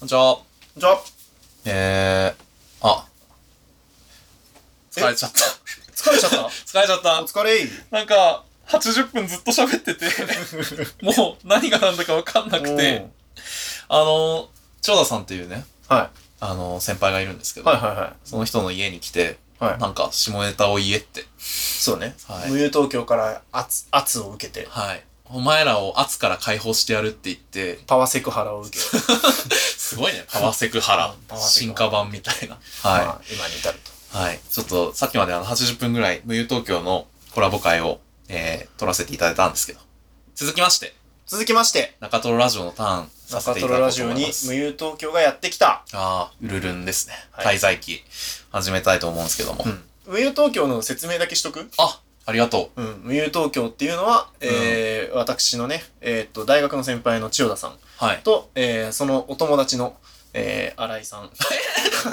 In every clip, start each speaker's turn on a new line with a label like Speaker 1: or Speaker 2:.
Speaker 1: こんにちは。
Speaker 2: じゃあ、
Speaker 1: えー、あ。疲れちゃった。
Speaker 2: 疲れちゃった
Speaker 1: 疲れちゃっ
Speaker 2: お
Speaker 1: た。
Speaker 2: 疲れい。
Speaker 1: なんか、80分ずっと喋って て、もう何が何だかわかんなくて、あの、長田さんっていうね、
Speaker 2: うん。は
Speaker 1: あの、先輩がいるんですけ
Speaker 2: い。
Speaker 1: ど、
Speaker 2: はいはいは
Speaker 1: その人の家に来て、
Speaker 2: い。はい。
Speaker 1: なんか、下ネタを言えって。
Speaker 2: そうね。
Speaker 1: はい
Speaker 2: 無友東京から圧、圧を受けて、
Speaker 1: はい。お前らを圧から解放してやるって言って、
Speaker 2: パワセクハラを受け、
Speaker 1: すごいね、パワセクハラ
Speaker 2: パ。ワセクハ
Speaker 1: 進
Speaker 2: ラ
Speaker 1: 化版みたいな。はい。
Speaker 2: まあ今に至る
Speaker 1: はい。ちょっと、さっきまであの、80分ぐらい、無友東京のコラボ会を、えー、撮らせていただいたんですけど。続きまして、
Speaker 2: と。続きまして、
Speaker 1: 中トロラジオのターンさせ
Speaker 2: 中
Speaker 1: ていた
Speaker 2: ト
Speaker 1: だこう
Speaker 2: ロラ
Speaker 1: と
Speaker 2: ジ
Speaker 1: 思
Speaker 2: オ
Speaker 1: い
Speaker 2: に
Speaker 1: ます。
Speaker 2: 無友東京がやってきた。
Speaker 1: ああ、うるるんですね。
Speaker 2: はい
Speaker 1: 滞在期、始めたいと思うんですけども。
Speaker 2: うん無友東京の説明だけしとく
Speaker 1: あ、ありがと
Speaker 2: うん。無友東京っていうのは、えー、私のね、えーっと、大学の先輩の千代田さん
Speaker 1: う。はい。
Speaker 2: と、えー、そのお友達の、えー、新井さん。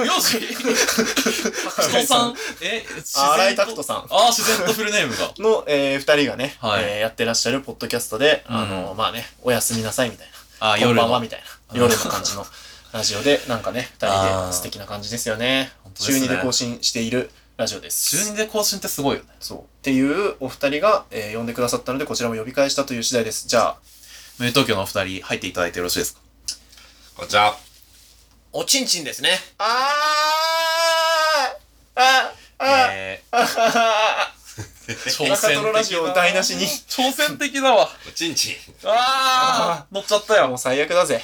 Speaker 1: よし拓人さんえ、自然と
Speaker 2: あ 新井拓人さん
Speaker 1: ああ、自然とフルネームが。
Speaker 2: の、えー、二人がね、
Speaker 1: はい
Speaker 2: えーやってらっしゃるポッドキャストで、あ
Speaker 1: う
Speaker 2: の、まあね、おやすみなさいみたいな。
Speaker 1: ああ、
Speaker 2: こ
Speaker 1: 夜
Speaker 2: んばんは
Speaker 1: の
Speaker 2: み。たい
Speaker 1: あ
Speaker 2: な夜の感じのラジオでなんかね二人
Speaker 1: あー
Speaker 2: で素敵な感じですよね
Speaker 1: 本当です
Speaker 2: 週
Speaker 1: ね
Speaker 2: 2で更新しているラジオです
Speaker 1: 中2で更新ってすごいよね。
Speaker 2: そうっていうお二人が、えー呼んでくださったのでこちらも呼び返したという次第ですじゃあ
Speaker 1: 無友東京のお二人、入っていただいてよろしいですか
Speaker 3: こんにちは。おちんちんですね。
Speaker 2: あーああ
Speaker 1: え
Speaker 2: ああ
Speaker 1: ー、挑
Speaker 2: 中トロラジオ台無しに
Speaker 1: 挑戦的だわ。
Speaker 3: おちんちん。
Speaker 1: あー乗っちゃった
Speaker 2: も
Speaker 1: よ。
Speaker 2: う最悪だぜ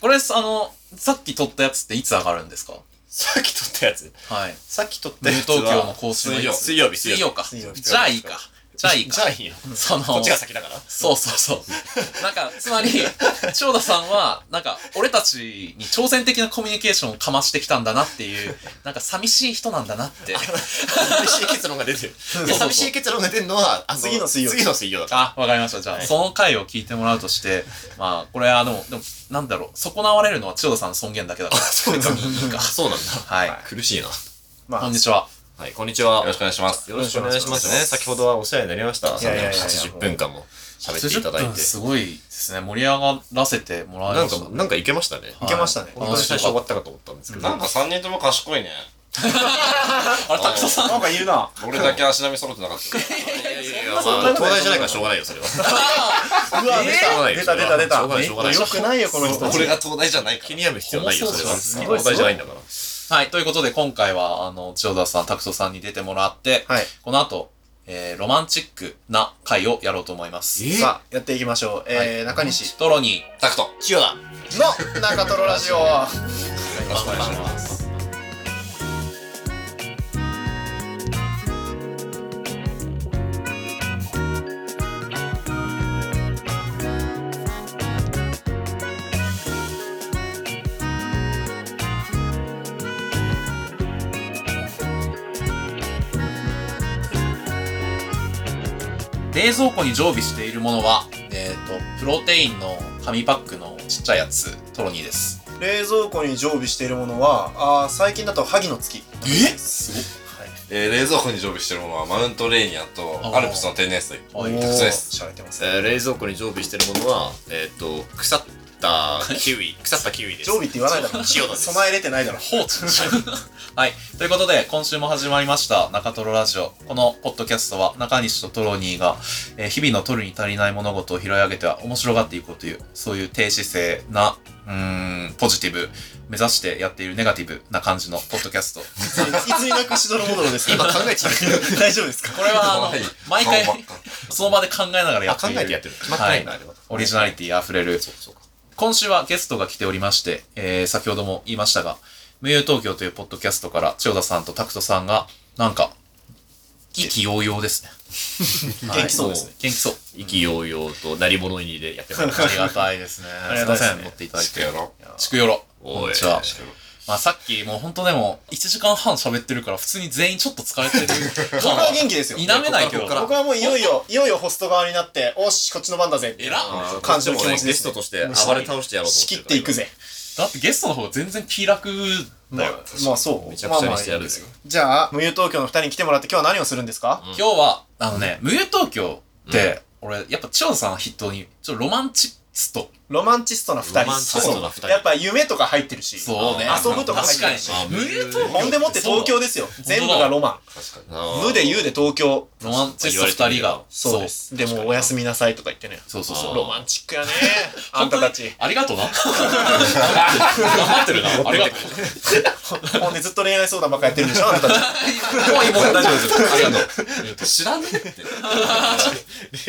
Speaker 1: これ、あの、さっき撮ったやつっていつ上がるんですか
Speaker 3: さっき撮ったやつ。
Speaker 1: はい。
Speaker 3: さっき撮っ
Speaker 1: ニ
Speaker 3: た
Speaker 1: ュ
Speaker 3: や
Speaker 1: ー
Speaker 3: つ
Speaker 1: 東
Speaker 3: は。
Speaker 1: 京の更新はいつ
Speaker 3: 水曜日、
Speaker 1: 水曜か。
Speaker 2: 水曜日
Speaker 1: じゃあいいか。じゃあいいか
Speaker 3: じゃ。あいいよ。
Speaker 1: その、
Speaker 3: こっちが先だから。
Speaker 1: そうそうそう。 なんか、つまり、長田さんは、なんか、俺たちに挑戦的なコミュニケーションをかましてきたんだなって いう、なんか寂しい人なんだなって。
Speaker 3: 寂しい結論が出てる。いや寂しい結論が出るのは、あ
Speaker 2: 次の水曜日
Speaker 3: 次の水曜だから。
Speaker 1: あ、わかりました。じゃあ、その回を聞いてもらうとして、まあ、これは、でも、でも、なんだろう、損なわれるのは千代田さんの尊厳だけだから、
Speaker 3: そう
Speaker 1: 別にいいか
Speaker 3: あ、。 そうなんだ。
Speaker 1: はい。
Speaker 3: 苦しいな。
Speaker 2: ま
Speaker 1: こ
Speaker 2: あ
Speaker 1: んにちは。
Speaker 3: はい、こんにちは。
Speaker 4: よろしくお願いします。
Speaker 3: よろしくお願いしますね。
Speaker 2: よろしくお願いします
Speaker 3: 先ほどはお世話になりました。
Speaker 2: いやいやいやいや
Speaker 3: 80分間も喋っていただい
Speaker 1: 80分
Speaker 3: て。
Speaker 1: すごいですね。盛り上がらせてもらい
Speaker 3: な
Speaker 1: ま
Speaker 3: ん
Speaker 1: した。
Speaker 3: か、なんかいけましたね。
Speaker 2: いけましたね
Speaker 3: 本当に最初終わったかと思ったんですけど。
Speaker 4: なんか3人とも賢いね。
Speaker 1: あれ、拓人さん。
Speaker 2: なんかいるな
Speaker 4: 俺だけ足並み揃ってなかっ た。
Speaker 3: いやいやいや、まあ、東大じゃないからしょうがないよ、それは。
Speaker 2: うわ出た
Speaker 3: えー
Speaker 2: 出た出た出た
Speaker 3: しょうがないしょうがない
Speaker 2: よくないよこの人たち
Speaker 4: 俺が東大じゃないか
Speaker 3: 気
Speaker 4: ら。
Speaker 3: にやむ必要ないよ、それは。
Speaker 1: すごい
Speaker 3: 東大じゃないんだから。
Speaker 1: はい。ということで、今回は、あの、千代田さん、拓人さんに出てもらって、
Speaker 2: はい
Speaker 1: この後、えー、ロマンチックな回をやろうと思います。
Speaker 3: え
Speaker 2: さあやっていきましょうえー中 西
Speaker 1: トロニー、
Speaker 4: タクト。
Speaker 3: 千代だ。
Speaker 2: の中トロラジオ
Speaker 3: よろしくお願いします。
Speaker 1: 冷蔵庫に常備しているものは、えっ、と、プロテインの紙パックのちっちゃいやつ、トロニーです。
Speaker 2: 冷蔵庫に常備しているものはあー最近だと萩の月
Speaker 1: えす
Speaker 4: えー、冷蔵庫に常備してるものはマウントレーニア
Speaker 1: あ
Speaker 4: と
Speaker 1: ー
Speaker 4: アルプスの天然水。
Speaker 1: ごい。
Speaker 2: お
Speaker 1: はい。
Speaker 2: ー
Speaker 4: たくさんです
Speaker 2: しゃれてますね
Speaker 3: えー冷蔵庫に常備してるものは、えーっと、腐ったキウ イ、腐ったキウイです。
Speaker 2: 常備って言わないだろ
Speaker 3: 千代田です
Speaker 2: 備えれてないだろ
Speaker 1: 放置 はい。ということで、今週も始まりました、中トロラジオ。このポッドキャストは、中西とトロニーが、えー日々の取るに足りない物事を拾い上げては面白がっていこうという、そういう低姿勢な、うーん、ポジティブ、目指してやっているネガティブな感じのポッドキャスト。
Speaker 2: いついつになくしどろもどろです
Speaker 3: 今
Speaker 2: か
Speaker 3: 考えちゃってる。
Speaker 2: 大丈夫ですか
Speaker 1: これ は、あ
Speaker 4: 可愛い
Speaker 1: の、毎回
Speaker 4: 顔真っ、
Speaker 1: その場で考えながらや
Speaker 3: あ、
Speaker 1: って
Speaker 3: 考
Speaker 1: いる。
Speaker 3: えてやってる。決まってないんだ、
Speaker 1: は
Speaker 3: あれは。
Speaker 1: オリジナリティ溢れる。
Speaker 3: そうそうか。
Speaker 1: 今週はゲストが来ておりまして、えー、先ほども言いましたが、無友東京というポッドキャストから、千代田さんと拓人さんが、なんか、意気揚々ですね。
Speaker 2: 元気そうですね
Speaker 1: 元気そう。
Speaker 3: 意気揚々と、鳴り物入りでやってまいりま
Speaker 1: あ
Speaker 3: し
Speaker 1: りがたいです ね。
Speaker 2: りがたいですね
Speaker 1: すいません、乗っていただい
Speaker 4: して
Speaker 1: て
Speaker 4: や。ろう。
Speaker 1: ちくよろ。
Speaker 3: おい
Speaker 1: こんにちは。
Speaker 4: しくよろ
Speaker 1: まあさっき、もう本当でも、1時間半喋ってるから、普通に全員ちょっと疲れ てる。
Speaker 2: 僕は元気です よ
Speaker 1: 否めないけど。
Speaker 3: ここから
Speaker 2: 僕はもういよいよいよいよホスト側になっておっしこっちの番だぜ
Speaker 1: えら
Speaker 3: たあー。
Speaker 2: 感じの気持ち
Speaker 3: こっ
Speaker 2: です
Speaker 3: ちもねゲストとして暴れ倒してやろうと
Speaker 2: 仕
Speaker 3: 思
Speaker 2: 切っていく。ぜ
Speaker 1: だってゲストの方が全然気楽だよ。
Speaker 2: まあそう
Speaker 3: めちゃくちゃにしてやるんですよ
Speaker 2: まあまあじゃあ無友東京の二人に来てもらって今日は何をするんですか
Speaker 1: 今日は、あのね、無友東京って、俺、やっぱ千代田さん筆頭に、ちょっとロマンチスト
Speaker 2: ロマンチストな二人
Speaker 3: ロマンチストな二人
Speaker 2: そうやっぱ夢とか入ってるし
Speaker 1: そうね。
Speaker 3: あ
Speaker 2: 遊ぶとか入
Speaker 1: 確
Speaker 2: って
Speaker 1: か
Speaker 2: る
Speaker 1: に
Speaker 2: し。
Speaker 3: あ
Speaker 1: 無理と
Speaker 2: ほんでもって東京ですよ全部がロマ
Speaker 4: 確か
Speaker 2: ン
Speaker 3: あー
Speaker 2: 無で言うで東京
Speaker 1: ロマンチスト二人が。
Speaker 2: そうですで
Speaker 1: 確か
Speaker 2: も
Speaker 1: に
Speaker 2: おやすみなさいとか言ってね
Speaker 1: そうそう
Speaker 3: あ
Speaker 1: そう。
Speaker 3: ー
Speaker 2: ロマンチックやねあんたたち
Speaker 1: ありがとうな。頑張ってる な。ありがとう。
Speaker 2: ほんでずっと恋愛相談ばっかやってるんでしょあんたたち
Speaker 1: もういいもう大丈夫 です。ありがとう。
Speaker 4: に。知らねえっ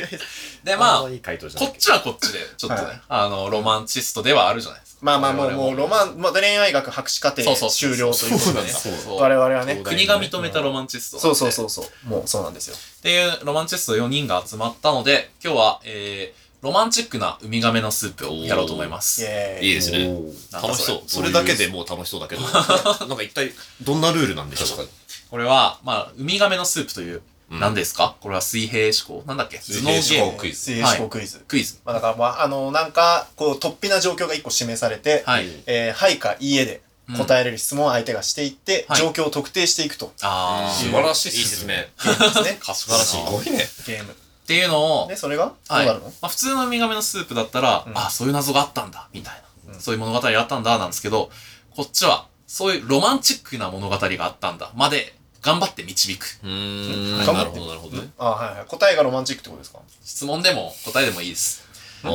Speaker 4: て。
Speaker 1: で、まあ、
Speaker 3: いい回答じゃ
Speaker 1: こっちはこっちで、ちょっとね、
Speaker 2: はい
Speaker 1: あの、ロマンチストではあるじゃないですか。
Speaker 2: まあまあもう
Speaker 1: 我々
Speaker 2: もうロマン、まあ、恋愛学博士課程
Speaker 1: そうそうそう
Speaker 2: 終了ということでね
Speaker 1: そうそう
Speaker 2: 我々はね
Speaker 1: 国が認めたロマンチスト。
Speaker 2: そうそうそうそうもうそうなんですよ
Speaker 1: っていうロマンチスト4人が集まったので、今日は、えー、ロマンチックなウミガメのスープをやろうと思いま
Speaker 2: イ
Speaker 1: す。
Speaker 2: エー
Speaker 3: い
Speaker 2: イ
Speaker 3: いですね。
Speaker 1: なんだ
Speaker 3: 楽しそう。
Speaker 1: そ
Speaker 3: そ
Speaker 1: れ
Speaker 3: れだけでもう楽しそうだけど。なんか一体、どんなルールなんでしょう
Speaker 4: 確かに。
Speaker 1: これは、まあ、ウミガメのスープという、
Speaker 3: うん
Speaker 1: 何ですかこれは水平思考なんだっけ頭
Speaker 4: 水
Speaker 1: 脳
Speaker 4: 平
Speaker 1: ゲ
Speaker 4: 思考
Speaker 1: ーム。
Speaker 4: クイズ
Speaker 2: 静止法クイズ
Speaker 1: クイズ。
Speaker 2: まあだからまああのなんかこう突飛な状況が一個示されて
Speaker 1: はい。
Speaker 2: えーはいかいいえで答えれる質問を相手がしていって
Speaker 1: はい
Speaker 2: 状況を特定していくと
Speaker 1: あ
Speaker 4: 素
Speaker 1: ー。
Speaker 4: 晴らしい
Speaker 3: いい
Speaker 4: っすね
Speaker 3: 説明。
Speaker 2: ですね
Speaker 1: 素晴らしい。
Speaker 4: す
Speaker 1: っ
Speaker 4: ごいね。
Speaker 2: ゲーム
Speaker 1: ていうのを
Speaker 2: で、それがどう
Speaker 1: はい。
Speaker 2: な
Speaker 1: ま
Speaker 2: るの
Speaker 1: あ、普通のウミガメのスープだったら、
Speaker 2: うん
Speaker 1: あ、そういう謎があったんだ、みたいな。
Speaker 2: うん
Speaker 1: そういう物語があったんだ、なんですけど、こっちは、そういうロマンチックな物語があったんだ、まで、頑張って導く。
Speaker 3: うーん。
Speaker 2: 頑張
Speaker 3: なる
Speaker 2: って
Speaker 3: ほど、なるほどね。
Speaker 2: あはいはい答えがロマンチックってことですか
Speaker 1: 質問でも答えでもいいです。
Speaker 3: あー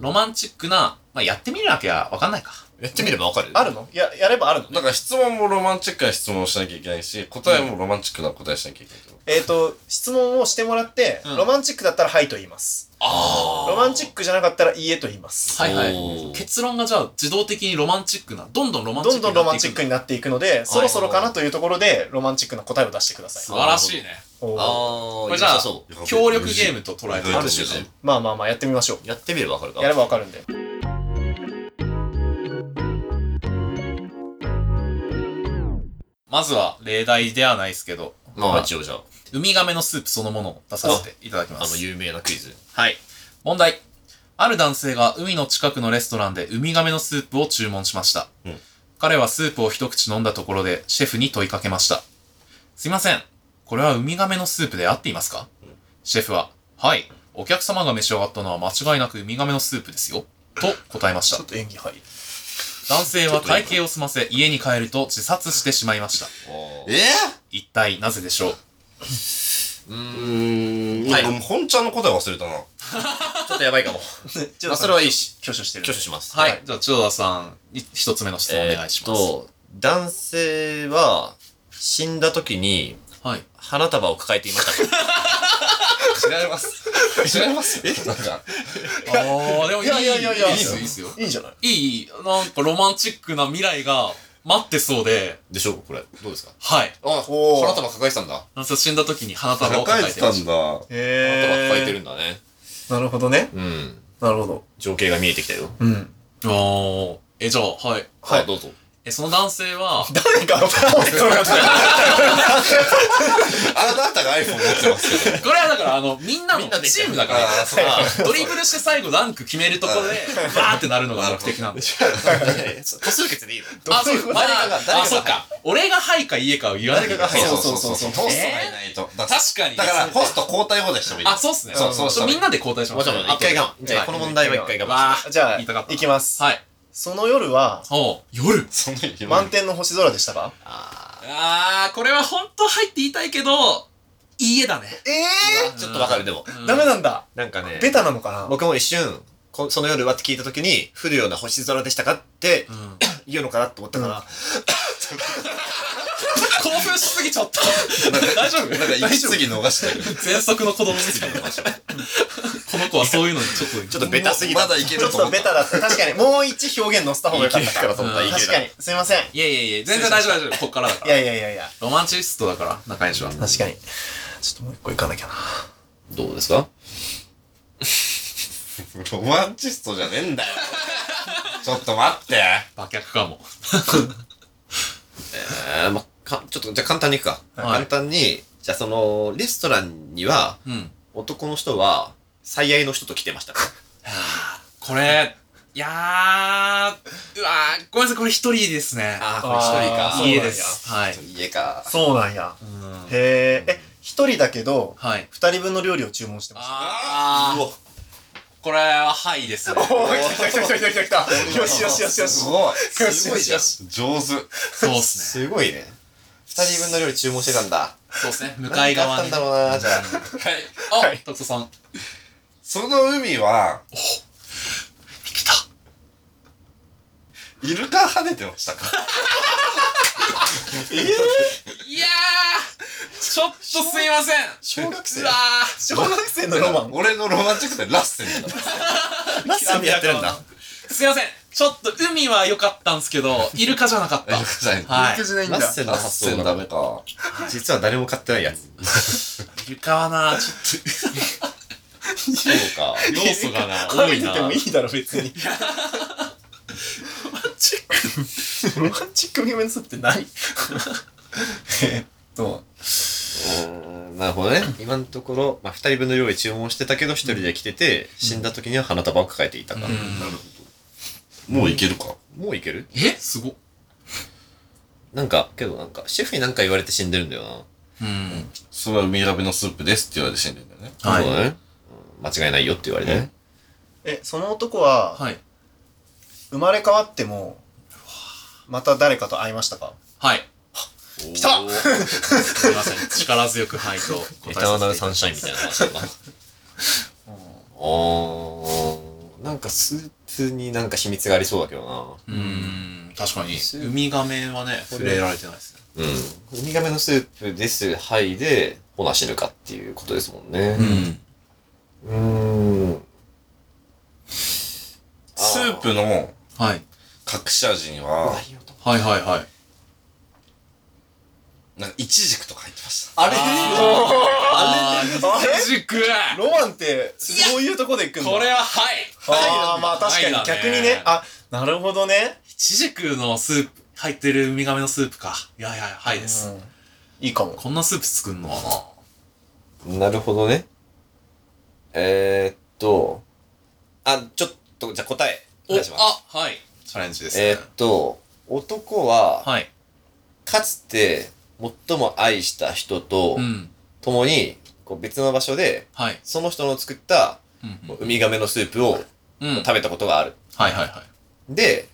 Speaker 1: ロマンチックな、まあ、やってみるわけはわかんないか。
Speaker 3: やってみればわかる
Speaker 2: あるのいややればあるの
Speaker 4: だから質問もロマンチックな質問をしなきゃいけないし、答えもロマンチックな答えしなきゃいけないってこと。
Speaker 2: えっと質問をしてもらって
Speaker 1: うん
Speaker 2: ロマンチックだったらはいと言います
Speaker 1: あ
Speaker 2: ロマンチックじゃなかったらいいえと言います
Speaker 1: はいはい
Speaker 3: お。ー
Speaker 1: 結論がじゃあ自動的にロマンチックな、どんどんロマンチッ
Speaker 2: ど
Speaker 1: ク
Speaker 2: ん
Speaker 1: にな
Speaker 2: ど
Speaker 1: っていく
Speaker 2: んロマンチックになっていくのでそろそろかなというところでロマンチックな答えを出してくだ
Speaker 1: 素
Speaker 2: さい
Speaker 1: 晴らしいね。
Speaker 2: おー
Speaker 3: ああ、
Speaker 1: これじゃあ
Speaker 3: 良さそ
Speaker 4: やばい
Speaker 1: 協力ゲームと捉えて
Speaker 4: 意
Speaker 1: あ
Speaker 4: 外
Speaker 1: る
Speaker 4: と
Speaker 1: 種
Speaker 4: 知らない
Speaker 1: の。
Speaker 2: まあまあまあやってみましょ
Speaker 3: う。やってみればわかるか。
Speaker 2: うやればわかるんで
Speaker 1: まずは例題ではないですけど、
Speaker 3: まあ、一応じゃあ、
Speaker 1: ウミガメのスープそのものを出させていただきま
Speaker 3: あの、
Speaker 1: す。
Speaker 3: 有名なクイズ。
Speaker 1: はい。問題。ある男性が海の近くのレストランでウミガメのスープを注文しました。
Speaker 4: うん
Speaker 1: 彼はスープを一口飲んだところでシェフに問いかけました。すいません。これはウミガメのスープで合っていますか、シェフは、はい。お客様が召し上がったのは間違いなくウミガメのスープですよ。と答えまし
Speaker 2: ち
Speaker 1: た
Speaker 2: ょっ。と演技入る
Speaker 1: 男性は会計を済ませ、家に帰ると自殺してしまいました。
Speaker 4: え
Speaker 1: 一体なぜでしょう
Speaker 3: う
Speaker 4: ー
Speaker 3: ーん。
Speaker 4: うーん。
Speaker 3: はい
Speaker 4: 俺も本ちゃんの答え忘れたな。
Speaker 3: ちょっとやばいかも。まあ、それはいいし、
Speaker 2: 挙手してるんで
Speaker 3: 挙手します。
Speaker 1: はい。
Speaker 2: はい
Speaker 1: じゃあ、千代田さん、い一つ目の質問お願いします。
Speaker 3: えーっと、男性は、死んだ時に、
Speaker 1: はい。
Speaker 3: 花束を抱えていましたか
Speaker 4: 違います。違いますえなん
Speaker 1: あ
Speaker 4: か、
Speaker 1: あ、でもいい、
Speaker 2: いやいやいやいや
Speaker 1: いいっすよ、いいっすよ。
Speaker 2: いいんじゃない
Speaker 1: いい、いいなんかロマンチックな未来が待ってそうで、
Speaker 3: でしょこれ。どうですか
Speaker 1: はい。
Speaker 4: あ、
Speaker 2: おー
Speaker 4: 花束抱えてたんだ。
Speaker 1: なんせ死んだ時に花束を抱
Speaker 4: 抱え
Speaker 1: え
Speaker 4: て
Speaker 1: てま
Speaker 4: たん
Speaker 1: し
Speaker 4: だ。
Speaker 3: 花束抱え
Speaker 2: へ
Speaker 3: てる
Speaker 2: え
Speaker 3: んだね。
Speaker 2: なるほどね
Speaker 3: うん。
Speaker 2: なるほど
Speaker 3: 情景が見えてきたよ。
Speaker 2: うん
Speaker 1: た。おー。え、じゃあ、はい。
Speaker 3: はい、どうぞ。
Speaker 1: え、その男性は、
Speaker 2: 誰 か覚えてなかった
Speaker 4: あなたが iPhone 持ってますけど。
Speaker 1: これはだから、あの、みんなの
Speaker 3: みんなで
Speaker 1: チームだから、
Speaker 4: あーそう
Speaker 1: あードリブルして最後ランク決めるところで、バーってなるのが目的なんで。
Speaker 3: 多数決でいいよ。
Speaker 1: あ、そうか。
Speaker 4: 誰かが誰かが
Speaker 1: あ、そうか。俺がはいか家かを言わなきゃいけない。
Speaker 2: 誰かが
Speaker 1: 確
Speaker 2: はいそうそうそうそう
Speaker 4: ホストがいないと。だから
Speaker 1: かに。
Speaker 4: だから、ホスト交代放題してもいい。
Speaker 1: あ、そうっすね。
Speaker 4: そうそうそう
Speaker 1: ちょっとみんなで交代し
Speaker 3: も
Speaker 1: ま
Speaker 3: ち
Speaker 1: し
Speaker 3: ろ
Speaker 1: ょ
Speaker 3: ん、
Speaker 1: う。
Speaker 3: 一回我慢。じゃあ、この問題は一回我慢し
Speaker 2: じゃあ
Speaker 1: 言いたかったない
Speaker 2: きます
Speaker 1: はい。
Speaker 2: その夜は
Speaker 1: おう夜
Speaker 4: そんなに言わな
Speaker 2: 満
Speaker 4: い
Speaker 2: 天の星空でしたか
Speaker 1: あー、これは本当入って言いたいけど、いいえだね。
Speaker 2: え
Speaker 3: て。ちょっとわかる、でも。
Speaker 2: えダメなんだ
Speaker 3: なんかね、
Speaker 2: ベタなのかな
Speaker 3: 僕も一瞬、こその夜はって聞いた時に、降るような星空でしたかって
Speaker 1: うん。うん
Speaker 3: 言うのかなと思ったから、
Speaker 1: 興奮しすぎちゃった。 大丈夫
Speaker 4: なんか、息継ぎ逃したけど。
Speaker 1: 全息の子供みたいな。この子はそういうのに ちょっと、
Speaker 3: ちょっとベタすぎた
Speaker 4: まだいけ
Speaker 2: ちょ
Speaker 4: る
Speaker 2: っ
Speaker 4: と
Speaker 2: と
Speaker 4: 思っ
Speaker 2: ベ
Speaker 4: た。
Speaker 2: タだ った確かにもう一表現載せた方がよかったから
Speaker 3: と
Speaker 1: 思った
Speaker 2: 確かにすいませんい
Speaker 1: いやいやいや、全然大丈夫大丈夫。こっからだから。
Speaker 2: やいやいやいや
Speaker 1: ロマンチストだから、中西は。
Speaker 2: 確かにちょっともう一個行かなきゃな
Speaker 3: どうですか
Speaker 4: ロマンチストじゃねえんだよ。ちょっと待って。
Speaker 1: 馬脚かも。
Speaker 3: えー、まあ、か、ちょっと、じゃあ簡単にいくか。
Speaker 1: はい
Speaker 3: 簡単に、じゃあその、レストランには、
Speaker 1: うん。
Speaker 3: 男の人は、最愛の人と来てましたか
Speaker 1: これ、いやー、うわー、ごめんなさい、これ一人ですね。
Speaker 3: あ
Speaker 2: あー
Speaker 1: いいえです。はい。
Speaker 3: 家か。
Speaker 2: そうなんや
Speaker 1: うん
Speaker 2: へええ一人だけど
Speaker 1: はい。
Speaker 2: 二人分の料理を注文してました
Speaker 1: あ
Speaker 4: うわ
Speaker 1: これははいですね。
Speaker 2: おー、来た来た来た来た来た来た。よしよしよしよし。
Speaker 3: す
Speaker 2: よ
Speaker 3: ごい。
Speaker 2: し
Speaker 3: す
Speaker 2: よ
Speaker 3: ごい
Speaker 2: し
Speaker 3: じゃ
Speaker 2: よ
Speaker 3: ん。
Speaker 2: し。
Speaker 4: 上手。
Speaker 1: そうっすね。
Speaker 3: すごいね。二人分の料理注文してたんだ。
Speaker 1: そうっすね。向かい
Speaker 3: なん
Speaker 1: 側
Speaker 3: かあ
Speaker 1: に。
Speaker 3: った
Speaker 1: はい。
Speaker 3: んだろうな、じゃあ。
Speaker 1: あ、徳田さん。
Speaker 4: その海は、
Speaker 1: 来た。
Speaker 4: イルカ跳ねてましたか
Speaker 1: いやーちょっとすいません
Speaker 3: 小学生
Speaker 1: うわー
Speaker 2: 小学生のロマン。
Speaker 4: 俺のロマンチックでラッセンだ。
Speaker 3: ラッセンでやってるんだ。
Speaker 1: すいませんちょっと海は良かったんですけど、イルカじゃなかっ
Speaker 4: イルカ
Speaker 1: た。
Speaker 4: じゃない。
Speaker 1: はい。
Speaker 2: じゃないん
Speaker 3: ラ
Speaker 2: だ
Speaker 3: ッ。センの
Speaker 4: ラッ
Speaker 3: 発
Speaker 4: セ
Speaker 3: 想
Speaker 4: ン
Speaker 3: だ
Speaker 4: ダメか。
Speaker 3: 実は誰も買ってないやつ。
Speaker 1: イルカはな、ちょっ
Speaker 4: そうか。
Speaker 1: と要素がな、
Speaker 2: 食
Speaker 1: 多
Speaker 2: べ
Speaker 1: い
Speaker 2: て
Speaker 1: な。
Speaker 2: てもいいだろ、別に。
Speaker 1: チック
Speaker 2: ロマンチックゲームにすってないえっと、
Speaker 3: うーんなるほどね。今のところ、まあ、二人分の料理注文してたけど、一人で来てて、死んだ時には花束を抱えていたから。
Speaker 4: なるほど。もういけるか。
Speaker 3: もういける
Speaker 1: えすごっ。
Speaker 3: なんか、けどなんか、シェフになんか言われて死んでるんだよな。
Speaker 1: うん。
Speaker 4: それは海ラベのスープですって言われて死んでんだよね。
Speaker 1: はい
Speaker 3: そうだね。うん間違いないよって言われてね。
Speaker 2: え、その男は、
Speaker 1: はい。
Speaker 2: 生まれ変わっても、また誰かと会いましたか
Speaker 1: はい。
Speaker 3: 来
Speaker 2: た
Speaker 1: すいません。 力強くはいと
Speaker 3: エ
Speaker 1: 答え
Speaker 3: ター
Speaker 1: さ
Speaker 3: ナル
Speaker 1: せて
Speaker 3: サンシャインみたいな話 だな。おー、なんかスープになんか秘密がありそうだけど
Speaker 1: うーん、確かに。ウミガメはね、
Speaker 3: これ
Speaker 1: 触れられてないですね。
Speaker 3: な。うん。ウミガメのスープです、はいで、ほな死ぬかっていうことですもんね。
Speaker 1: ん。
Speaker 3: うーん。
Speaker 4: スープの
Speaker 1: はい。
Speaker 4: 隠し味には、
Speaker 1: はいはいはい。
Speaker 4: なんかイチジクとか入ってました。
Speaker 3: あれ
Speaker 1: あ
Speaker 2: あれ
Speaker 1: ジク
Speaker 2: ロマンって、そういうとこで行くんだ。
Speaker 1: これははい
Speaker 2: ああ、まあ確かに
Speaker 1: はいだね
Speaker 2: 逆にね。あ、なるほどね。
Speaker 1: イチジクのスープ、入ってるウミガメのスープか。いやいや、はいです。
Speaker 2: うんいいかも。
Speaker 1: こんなスープ作んのは
Speaker 3: なるほどね。えー、っと、あ、ちょっと、じゃあ答え、お
Speaker 1: な。
Speaker 3: 願いします。
Speaker 1: あ、はい。チャレンジですね。
Speaker 3: えー、っと、男は、
Speaker 1: はい。
Speaker 3: かつて最も愛した人と
Speaker 1: うん。
Speaker 3: 共に、こう別の場所で、
Speaker 1: はい。
Speaker 3: その人の作った
Speaker 1: うん
Speaker 3: ウミガメのスープを
Speaker 1: うん。うん。はい
Speaker 3: 食べたことがある。
Speaker 1: はいは
Speaker 3: で、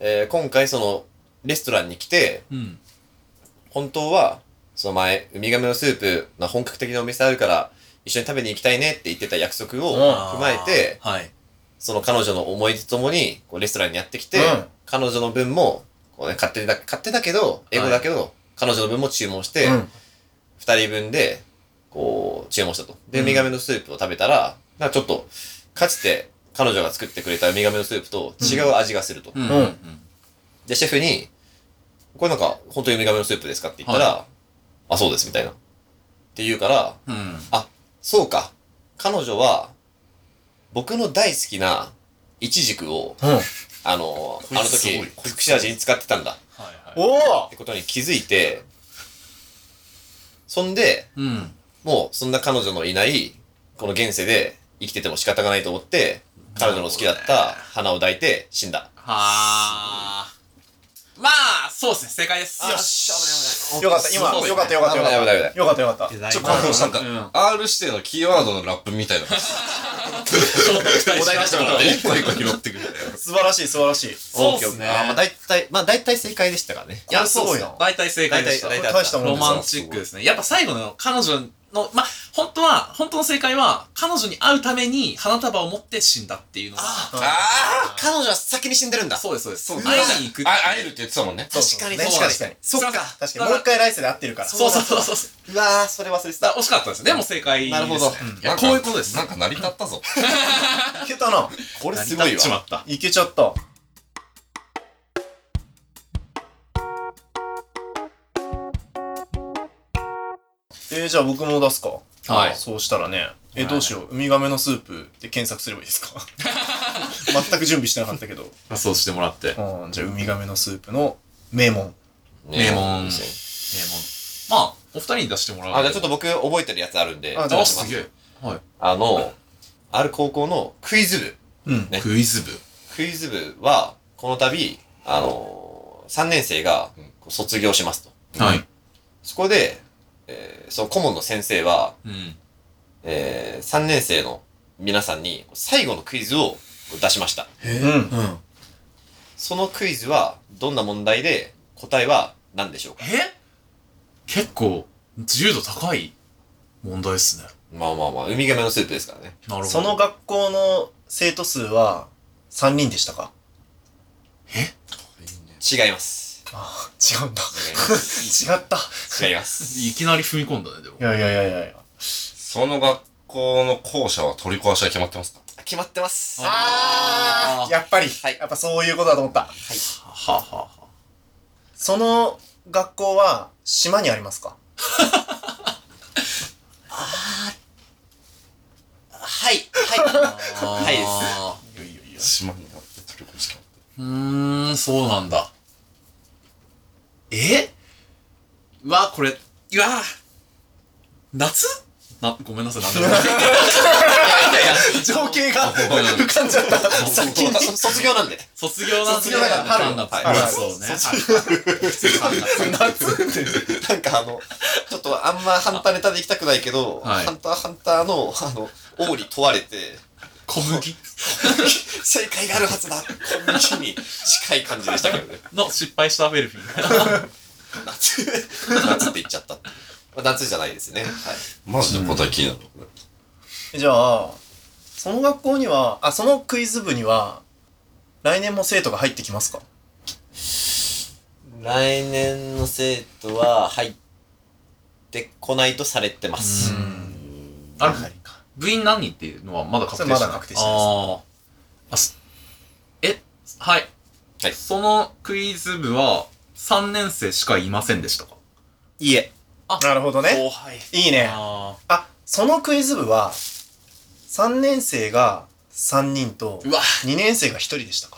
Speaker 3: えー今回その、レストランに来て、
Speaker 1: い。うん。
Speaker 3: 本当は、その前、ウミガメのスープの本格的なお店あるから、一緒に食べに行きたいねって言ってた約束を踏まえて、
Speaker 1: あーはい。
Speaker 3: その彼女の思い出ともに、こうレストランにやってきて、
Speaker 2: うん
Speaker 3: 彼女の分も、こうね、勝手だ、勝手だけど、英語だけど、彼女の分も注文して、
Speaker 2: うん
Speaker 3: 二、人分で、こう、注文したと。で、ウミガメのスープを食べたら、なんかちょっと、かつて彼女が作ってくれたウミガメのスープと違う味がすると。
Speaker 1: うん。
Speaker 2: うん
Speaker 3: で、シェフに、これなんか、本当にウミガメのスープですかって言ったら、あ、そうです、みたいな。って言うから、
Speaker 1: うん。うん
Speaker 3: あ、そうか。彼女は、僕の大好きな、イチジクを、
Speaker 2: うん。
Speaker 3: あの
Speaker 4: こいつ
Speaker 3: あの
Speaker 4: す
Speaker 3: 時、
Speaker 4: ごい
Speaker 3: 隠し味に使ってたんだ。っ
Speaker 1: はいはい。
Speaker 2: おお
Speaker 3: てことに気づいて、そんで、
Speaker 1: うん。
Speaker 3: もう、そんな彼女のいない、この現世で生きてても仕方がないと思って、彼女の好きだった花を抱いて死んだ。
Speaker 1: はー。まあ、そうですね。正解です。
Speaker 2: よしよかった、今、
Speaker 1: すごいね
Speaker 2: よかったよかったよか
Speaker 3: 危ない危ない
Speaker 2: った。よかったよかっ
Speaker 1: デ
Speaker 2: た。
Speaker 1: ザイ
Speaker 2: ち
Speaker 1: ナ
Speaker 2: ょっ
Speaker 1: ー
Speaker 2: と感動しただ。
Speaker 4: なんんか、
Speaker 1: うん
Speaker 4: R 指定のキーワードのラップみたいな。
Speaker 1: お題出してもらって。
Speaker 4: 一個一個拾ってくるんだよ。
Speaker 2: 素晴らしい、素晴らしい。
Speaker 1: そうですね。
Speaker 3: あーまあ、大体、まあ、大体正解でしたからね。
Speaker 1: いや、
Speaker 2: す
Speaker 1: そう
Speaker 2: ご
Speaker 1: で
Speaker 2: い
Speaker 1: す
Speaker 2: な
Speaker 1: ね。大体正解でした。
Speaker 3: 大体
Speaker 2: これ大したもん
Speaker 1: ロ
Speaker 2: ですよ
Speaker 1: マンチックですね。やっぱ最後の彼女の、まあ、本当は、本当の正解は、彼女に会うために花束を持って死んだっていうのが、
Speaker 4: あ
Speaker 3: 彼女は先に死んでるんだ。
Speaker 1: そうです、そうです。
Speaker 4: ー
Speaker 1: 会いに行くっていう
Speaker 4: あ会えるって言ってたもんね。
Speaker 2: そうそう
Speaker 3: 確か
Speaker 2: ね
Speaker 3: にそうだ
Speaker 2: 確かに。
Speaker 1: そっか
Speaker 2: 確かに。もう一回来世で会ってるから。。
Speaker 1: そうそうそううそう。
Speaker 3: うわー、それ忘れて
Speaker 1: だか。
Speaker 3: た
Speaker 1: ら惜しかったですね。でも正解です、ね。
Speaker 3: なるほど
Speaker 1: うんい
Speaker 4: な
Speaker 1: や、
Speaker 4: んか
Speaker 1: こういうことです。
Speaker 4: なんか成り立ったぞ。
Speaker 2: いけたな。
Speaker 3: これ
Speaker 1: 成り
Speaker 3: す
Speaker 1: 立
Speaker 3: ごい
Speaker 1: っちま
Speaker 3: わ。
Speaker 1: った。
Speaker 2: いけちゃった。えー、じゃあ僕も出すか。
Speaker 1: はい
Speaker 2: そうしたらね。え、
Speaker 1: はい
Speaker 2: どうしよう。ウミガメのスープで検索すればいいですか 全く準備してなかったけど。
Speaker 1: そうしてもらって。名
Speaker 2: うん、じゃあウミガメのスープの名門。
Speaker 1: 名門門。まあ、お二人に出してもらう。
Speaker 3: あ、じゃあちょっと、僕覚えてるやつあるんで。
Speaker 2: あじゃ
Speaker 1: あ、
Speaker 2: あ
Speaker 1: すげえ。は
Speaker 3: あの、ある高校のクイズ部。
Speaker 2: うん。
Speaker 1: い。
Speaker 3: ね
Speaker 1: クイズ部。
Speaker 3: クイズ部は、この度、あのー、3年生が
Speaker 4: うん
Speaker 3: こう卒業しますと。
Speaker 1: はい。
Speaker 3: そこで、えーその顧問の先生は、
Speaker 1: うん。
Speaker 3: えー、3年生の皆さんに最後のクイズを出しました。
Speaker 2: うん。
Speaker 1: うん。
Speaker 3: そのクイズはどんな問題で答えは何でしょうか
Speaker 1: え結構、自由度高い問題ですね。
Speaker 3: まあまあまあ、ウミガメのスープですからね。
Speaker 1: なるほど。
Speaker 2: その学校の生徒数は3人でしたか
Speaker 3: 違います。
Speaker 2: ああ、違うんだ。
Speaker 3: 違います。
Speaker 2: 違った。
Speaker 3: 違います。
Speaker 1: いきなり踏み込んだね、でも
Speaker 2: い。やいやいやいやいや。
Speaker 4: その学校の校舎は取り壊しは決まってますか
Speaker 3: 決まってます。
Speaker 1: ああー
Speaker 2: やっぱり、
Speaker 3: はい
Speaker 2: やっぱそういうことだと思った。
Speaker 1: はあ、はあはあ、
Speaker 2: その学校は島にありますか
Speaker 3: はい。ははいです
Speaker 1: あ
Speaker 2: いやいやいや。
Speaker 4: 島にあって取り壊し決まって
Speaker 1: ーうーん、そうなんだ。えうわ、これ、うわ夏な、ごめんなさい、なんでもない。
Speaker 2: 情景が
Speaker 1: うん
Speaker 2: 浮かんじゃった。先に。
Speaker 3: い。卒業なんで。
Speaker 1: 卒業なんで、
Speaker 2: 卒業だから春
Speaker 1: 3月。
Speaker 3: はい
Speaker 1: はいそうね。はい
Speaker 3: なんかあの、ちょっとあんまハンターネタで行きたくないけど、
Speaker 1: はい
Speaker 3: ハンターハンターの、あの、王に問われて、
Speaker 1: 小麦
Speaker 3: 正解があるはずだこんな日に近い感じでしたけどね。
Speaker 1: の失敗したフェル フィン。
Speaker 3: 夏、夏って言っちゃったっていう。まあ夏じゃないですね。はい。
Speaker 4: マジで答え気になるの、こ
Speaker 2: じゃあ、その学校には、あ、そのクイズ部には、来年も生徒が入ってきますか
Speaker 3: 来年の生徒は入ってこないとされてます。
Speaker 1: あれ、部員何人っていうのはまだ確定してない。
Speaker 2: それまだ確定してないです
Speaker 1: あーあすえ、はい。
Speaker 3: はい
Speaker 1: そのクイズ部は3年生しかいませんでしたか
Speaker 3: いえ。
Speaker 2: なるほどね。
Speaker 3: 後輩。
Speaker 2: いいね。
Speaker 1: あ
Speaker 2: あ、そのクイズ部は、3年生が3人と
Speaker 1: ー、うわ、
Speaker 2: 2年生が1人でしたか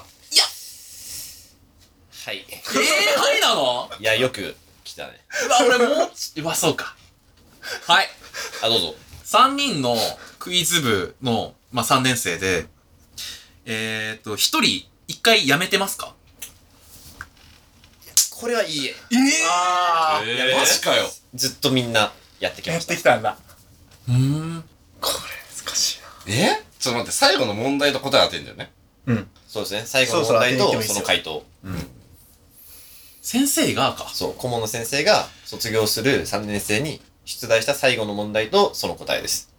Speaker 3: はい。
Speaker 1: えー、何なの
Speaker 3: いや、よく来たね。
Speaker 1: うわ、俺もうち、うわ、そうか。はい。
Speaker 3: あ、どうぞ。
Speaker 1: 3人のクイズ部の、まあ、3年生で、えーっと、1人1回辞めてますか
Speaker 3: これはいいえ。
Speaker 1: え
Speaker 2: あ
Speaker 4: れ。
Speaker 3: いやマジ
Speaker 4: かよ。
Speaker 3: ずっとみんなやってきま
Speaker 2: や
Speaker 3: し
Speaker 2: ったて。きたんだ。
Speaker 1: うーん。
Speaker 2: これ難しいな。
Speaker 4: えちょっと待って、最後の問題と答え当てんだよね。
Speaker 3: そうですね。最後の問題
Speaker 2: そうそう
Speaker 3: と
Speaker 2: 当てていってもいいです
Speaker 3: そ
Speaker 2: よ
Speaker 3: の回答。
Speaker 1: 先生がか。
Speaker 3: そう、顧問の先生が卒業する3年生に出題した最後の問題とその答えです。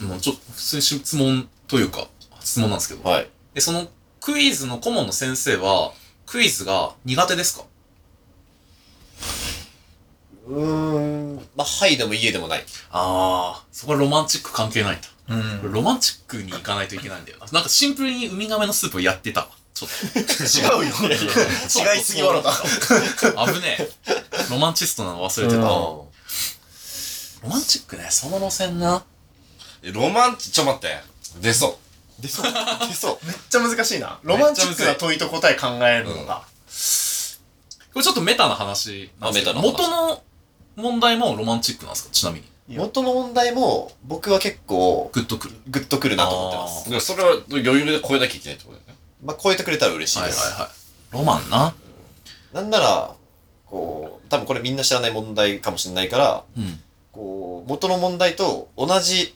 Speaker 1: もうちょ、普通に質問というか、質問なんですけど。
Speaker 3: はい。
Speaker 1: で、そのクイズの顧問の先生は、クイズが苦手ですか
Speaker 3: うーん。まあ、はいでもいいえでもない。
Speaker 1: ああ、そこはロマンチック関係ないんだ。
Speaker 2: うん。
Speaker 1: ロマンチックに行かないといけないんだよな。なんかシンプルにウミガメのスープをやってたわ。ちょっ
Speaker 2: 違う よ。違いすぎ笑った。
Speaker 1: と。危ねえ。ロマンチストなの忘れてた。
Speaker 2: うん
Speaker 1: ロマンチックね、その路線な。
Speaker 4: えロマンチ、ちょ待って。出そ
Speaker 3: 出そう。出そう。
Speaker 2: めっちゃ難しいな。ロマンチックな問いと答え考えるのが。
Speaker 1: これちょっとメタな話なんですけど、
Speaker 3: あメタ
Speaker 1: 元
Speaker 3: な
Speaker 1: の問題もロマンチックなんですかちなみに。
Speaker 3: 元の問題も僕は結構
Speaker 1: グッとくる。
Speaker 3: グッとくるなと思ってま
Speaker 1: あ
Speaker 3: す。
Speaker 4: う。でもそれは余裕で超えなきゃいけないってことだよね。
Speaker 3: まあ、超えてくれたら嬉しい
Speaker 1: はいは
Speaker 3: で
Speaker 1: い
Speaker 3: す。
Speaker 1: はい。ロマンな。
Speaker 3: なんなら、こう、多分これみんな知らない問題かもしれないから、
Speaker 1: うん。
Speaker 3: こう、元の問題と同じ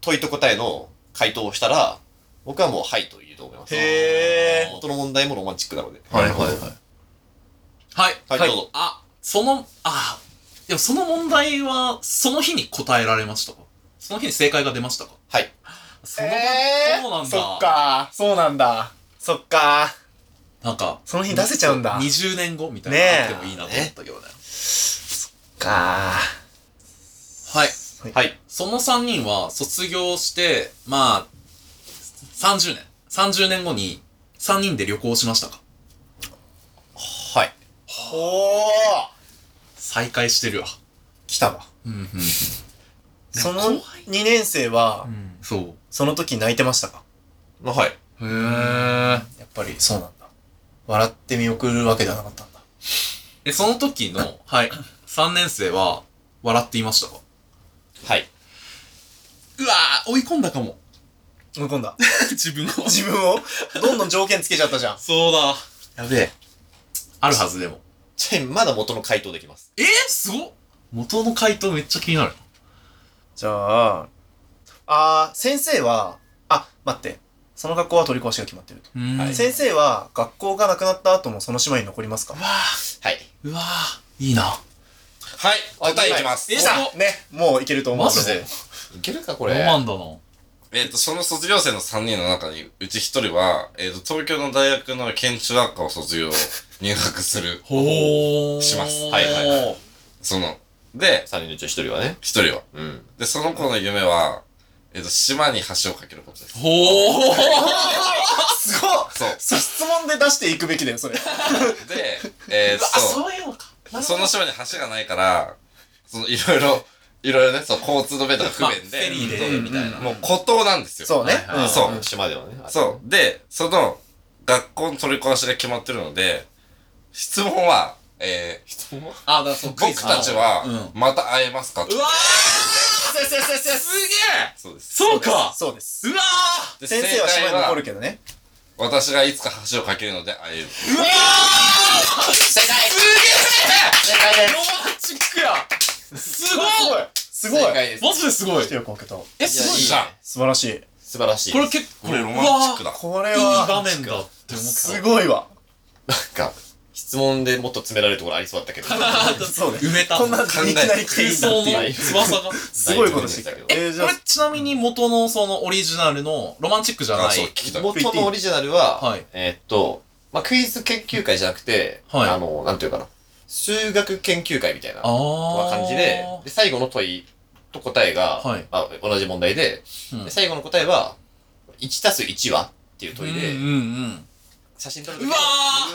Speaker 3: 問いと答えの回答をしたら、僕はもうはいと言うと思います。
Speaker 2: へ
Speaker 3: 元の問題もロマンチックなので。
Speaker 4: はいはいはい。
Speaker 1: はい。
Speaker 3: はいどうぞ
Speaker 1: あ、その、あ、でもその問題は、その日に答えられましたかその日に正解が出ましたか
Speaker 3: はい。
Speaker 1: その、そうなんだ。
Speaker 2: そっか。そうなんだ。そっか。
Speaker 1: なんか、
Speaker 2: その日に出せちゃうんだ。
Speaker 1: 20年後みたい
Speaker 2: ね
Speaker 1: な
Speaker 2: え
Speaker 1: のあってもいいなと思ったけどね。
Speaker 2: か。
Speaker 1: はい。
Speaker 3: はい。
Speaker 1: その3人は卒業して、まあ、30年。30年後に3人で旅行しましたか
Speaker 3: はい。
Speaker 2: おー
Speaker 1: 再会してるわ。
Speaker 2: 来たわ。
Speaker 1: うんうん。
Speaker 2: そ
Speaker 1: でも
Speaker 2: の
Speaker 1: 後輩
Speaker 2: 2年生は、
Speaker 1: そ
Speaker 2: その時泣いてましたか
Speaker 3: まあ、はい。
Speaker 1: う。へえ。
Speaker 2: やっぱりそうなんだ。笑って見送るわけではなかったんだ。
Speaker 1: え、その時の、はい。3年生は、笑っていましたか
Speaker 3: はい。
Speaker 1: うわー追い込んだかも。
Speaker 2: 追い込んだ。
Speaker 1: 自分を。
Speaker 2: 自分をどんどん条件つけちゃったじゃん。
Speaker 1: そうだ。やべえ。あるはずでも。
Speaker 3: ちなみにまだ元の回答できます。
Speaker 1: えー、すごっ元の回答めっちゃ気になる。
Speaker 2: じゃあ、ああー先生はあ待ってその学校は取り壊しが決まってると、
Speaker 1: うん
Speaker 3: はい
Speaker 2: 先生は学校がなくなった後もその島に残りますか
Speaker 3: はい。
Speaker 1: うわぁ、いいな。
Speaker 4: はい、答えいきます。
Speaker 1: いいじゃん
Speaker 2: おねもういけると思う
Speaker 1: マジで
Speaker 3: いけるか、こ
Speaker 1: ロ
Speaker 3: れ。
Speaker 1: マンだな。
Speaker 4: えっ、と、その卒業生の3人の中に、うち1人は、えっ、と、東京の大学の建築学科を卒業、入学する。
Speaker 1: ほー。
Speaker 4: します
Speaker 3: はいはいは
Speaker 4: その、で、
Speaker 3: 3人のうちの1人はね。
Speaker 4: 1人は。
Speaker 3: うん。
Speaker 4: で、その子の夢は、えっ、と、島に橋を架けることです。
Speaker 1: ほー。
Speaker 2: すごっ
Speaker 4: そう。
Speaker 2: そう質問で出していくべきだよそれ
Speaker 4: で、えっ、
Speaker 1: あ、
Speaker 4: と、
Speaker 1: そういうのか。
Speaker 4: その島に橋がないから、その、いろいろ、いろいろね、そう、交通の便とか不便
Speaker 1: まあフェリーで
Speaker 4: で、
Speaker 2: みたいな
Speaker 4: うんもう孤島なんですよ。
Speaker 2: そうね、
Speaker 1: はいはい
Speaker 2: ん
Speaker 4: そうん
Speaker 3: 島ではね。
Speaker 4: そう。で、その、学校の取り壊しが決まってるので、質問は、えー、
Speaker 3: う。も
Speaker 1: あ、だからそう、クイ
Speaker 4: 僕
Speaker 1: ズ
Speaker 4: たちは、
Speaker 1: う
Speaker 4: また会えます
Speaker 1: ん
Speaker 4: か
Speaker 1: うわー
Speaker 2: そうそうそうそう
Speaker 1: すげえ
Speaker 4: そうです。
Speaker 1: そうか
Speaker 2: そうです
Speaker 1: うわー
Speaker 4: で
Speaker 2: 先生は島に残るけどね
Speaker 4: 私がいつか橋を架けるので会える。
Speaker 1: うわーすげ
Speaker 3: 正解
Speaker 2: 正解
Speaker 1: え
Speaker 2: で
Speaker 1: ロマンチックやすごい
Speaker 2: すごい
Speaker 3: 正解です。
Speaker 1: マジですごい
Speaker 2: してよこうけど
Speaker 1: え、
Speaker 3: いや
Speaker 1: すごい
Speaker 3: いい
Speaker 1: じ
Speaker 4: じ
Speaker 1: ゃ
Speaker 4: ゃ
Speaker 1: ん
Speaker 4: ん。
Speaker 2: 素晴らしい
Speaker 3: 素晴らしい。
Speaker 1: これ結構、
Speaker 4: これロマンチック
Speaker 1: だ。
Speaker 4: だ。
Speaker 2: これ
Speaker 1: いい場
Speaker 2: は
Speaker 1: 面だって思った。
Speaker 2: すごいわ
Speaker 3: か、質問でもっと詰められるところありそうだったけど。
Speaker 2: そうね
Speaker 1: 埋めた。
Speaker 2: こんな
Speaker 1: 空
Speaker 2: いきなり来ていいんだって
Speaker 1: 想
Speaker 2: いう
Speaker 1: の翼が。
Speaker 2: すごいことしてきた
Speaker 3: え
Speaker 2: えー、じ
Speaker 1: こ
Speaker 2: ゃ
Speaker 1: れちなみに元のそのオリジナルのロマンチックじゃな
Speaker 4: あ、そう、聞
Speaker 1: い。
Speaker 4: きたい。
Speaker 3: 元のオリジナルは、
Speaker 1: はい
Speaker 3: えーっと、まあ、クイズ研究会じゃなくて、
Speaker 1: はい
Speaker 3: あの、なんていうかな、数学研究会みたいな
Speaker 1: ああ。
Speaker 3: 感じで、で、最後の問いと答えが、
Speaker 1: はい
Speaker 3: まあ、同じ問題で、
Speaker 1: うん
Speaker 3: で最後の答えは、1たす1はっていう問いで、
Speaker 1: うんうん
Speaker 3: 写真撮る
Speaker 1: う
Speaker 3: と
Speaker 1: ん。
Speaker 3: き
Speaker 1: う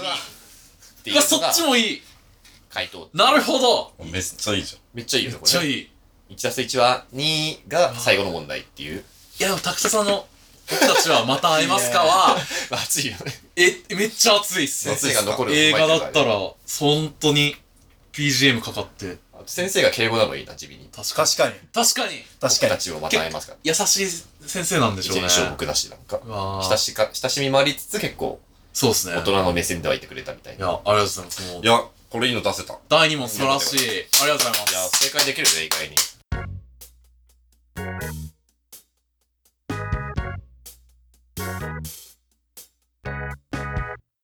Speaker 3: に
Speaker 1: わ
Speaker 3: って
Speaker 1: ー
Speaker 3: いうう
Speaker 1: わ、そ
Speaker 3: の
Speaker 1: っ
Speaker 3: が
Speaker 1: ちもいい。
Speaker 3: 回答。
Speaker 1: なるほど。
Speaker 4: めっちゃいいじ
Speaker 3: めっちゃいいよ
Speaker 1: めっ
Speaker 3: ね、こ
Speaker 1: ちゃ
Speaker 3: れ
Speaker 1: い
Speaker 3: ね。
Speaker 1: い。い
Speaker 3: 1たす1は2が最後の問題っ ていう。
Speaker 1: や、でも、たくささんの、僕たちはまた会えますかは、
Speaker 3: まあ、熱いよね。
Speaker 1: え、めっちゃ熱いっす
Speaker 3: 熱いが残る
Speaker 1: 映画だったら、本当に BGM かかって、
Speaker 3: あと先生が敬語なのいいな、地味に。
Speaker 1: 確かに。
Speaker 2: 確かに
Speaker 1: 確かに。
Speaker 2: 確か
Speaker 3: 僕
Speaker 2: に
Speaker 3: たちをまた会えますから。
Speaker 1: 優しい先生なんでし
Speaker 3: 一
Speaker 1: ょうね
Speaker 3: 年。勝僕だし、なんか。
Speaker 1: うわ
Speaker 3: 親
Speaker 1: ー
Speaker 3: しか、親しみもありつつ結構、
Speaker 1: そうっすね。
Speaker 3: 大
Speaker 1: いや、
Speaker 3: 人の目線ではいてくれたみたいな。
Speaker 1: ありがとうございます。もう
Speaker 4: ゃん。いや、これいいの出せた。
Speaker 1: 第2問素晴らしい。ありがとうございま
Speaker 3: いや、
Speaker 1: す。
Speaker 3: 正解できるね、意外に。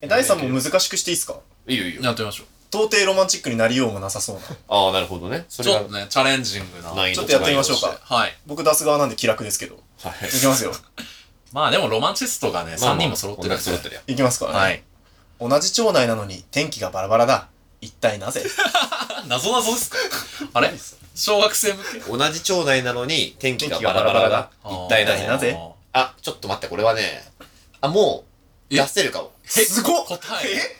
Speaker 2: え第3問難しくしていいですか
Speaker 3: いいよいいよ。
Speaker 1: やってみましょう。
Speaker 2: 到底ロマンチックになりようもなさそうな
Speaker 3: ああ、なるほどね。そ
Speaker 1: ち
Speaker 3: れ
Speaker 1: ょ
Speaker 3: が
Speaker 1: っとね、チャレンジングな。は
Speaker 3: 難
Speaker 1: い。
Speaker 2: ち
Speaker 3: 易
Speaker 2: ょっ
Speaker 3: 度
Speaker 2: とやってみましょう
Speaker 3: 違い
Speaker 2: か僕出す側なんで気楽ですけど
Speaker 3: として。はい
Speaker 2: い。きますよ
Speaker 1: まあでもロマンチストがね、
Speaker 3: まあまあ
Speaker 1: 3人も揃ってるん
Speaker 3: 音
Speaker 1: で。
Speaker 3: 楽揃ってるやん。
Speaker 2: いきますか、
Speaker 1: はい。
Speaker 2: 同じ町内なのに天気がバラバラだ一体なぜ
Speaker 1: 謎謎ですかあれ小学生向け
Speaker 3: 同じ町内なのに天気がバラバラだ。 一
Speaker 1: 大
Speaker 3: 体なぜ
Speaker 2: なぜ
Speaker 3: あ、ちょっと待って、これはね、あ、もう、
Speaker 1: え
Speaker 3: 出せるかも。
Speaker 2: すごっ
Speaker 1: 答え。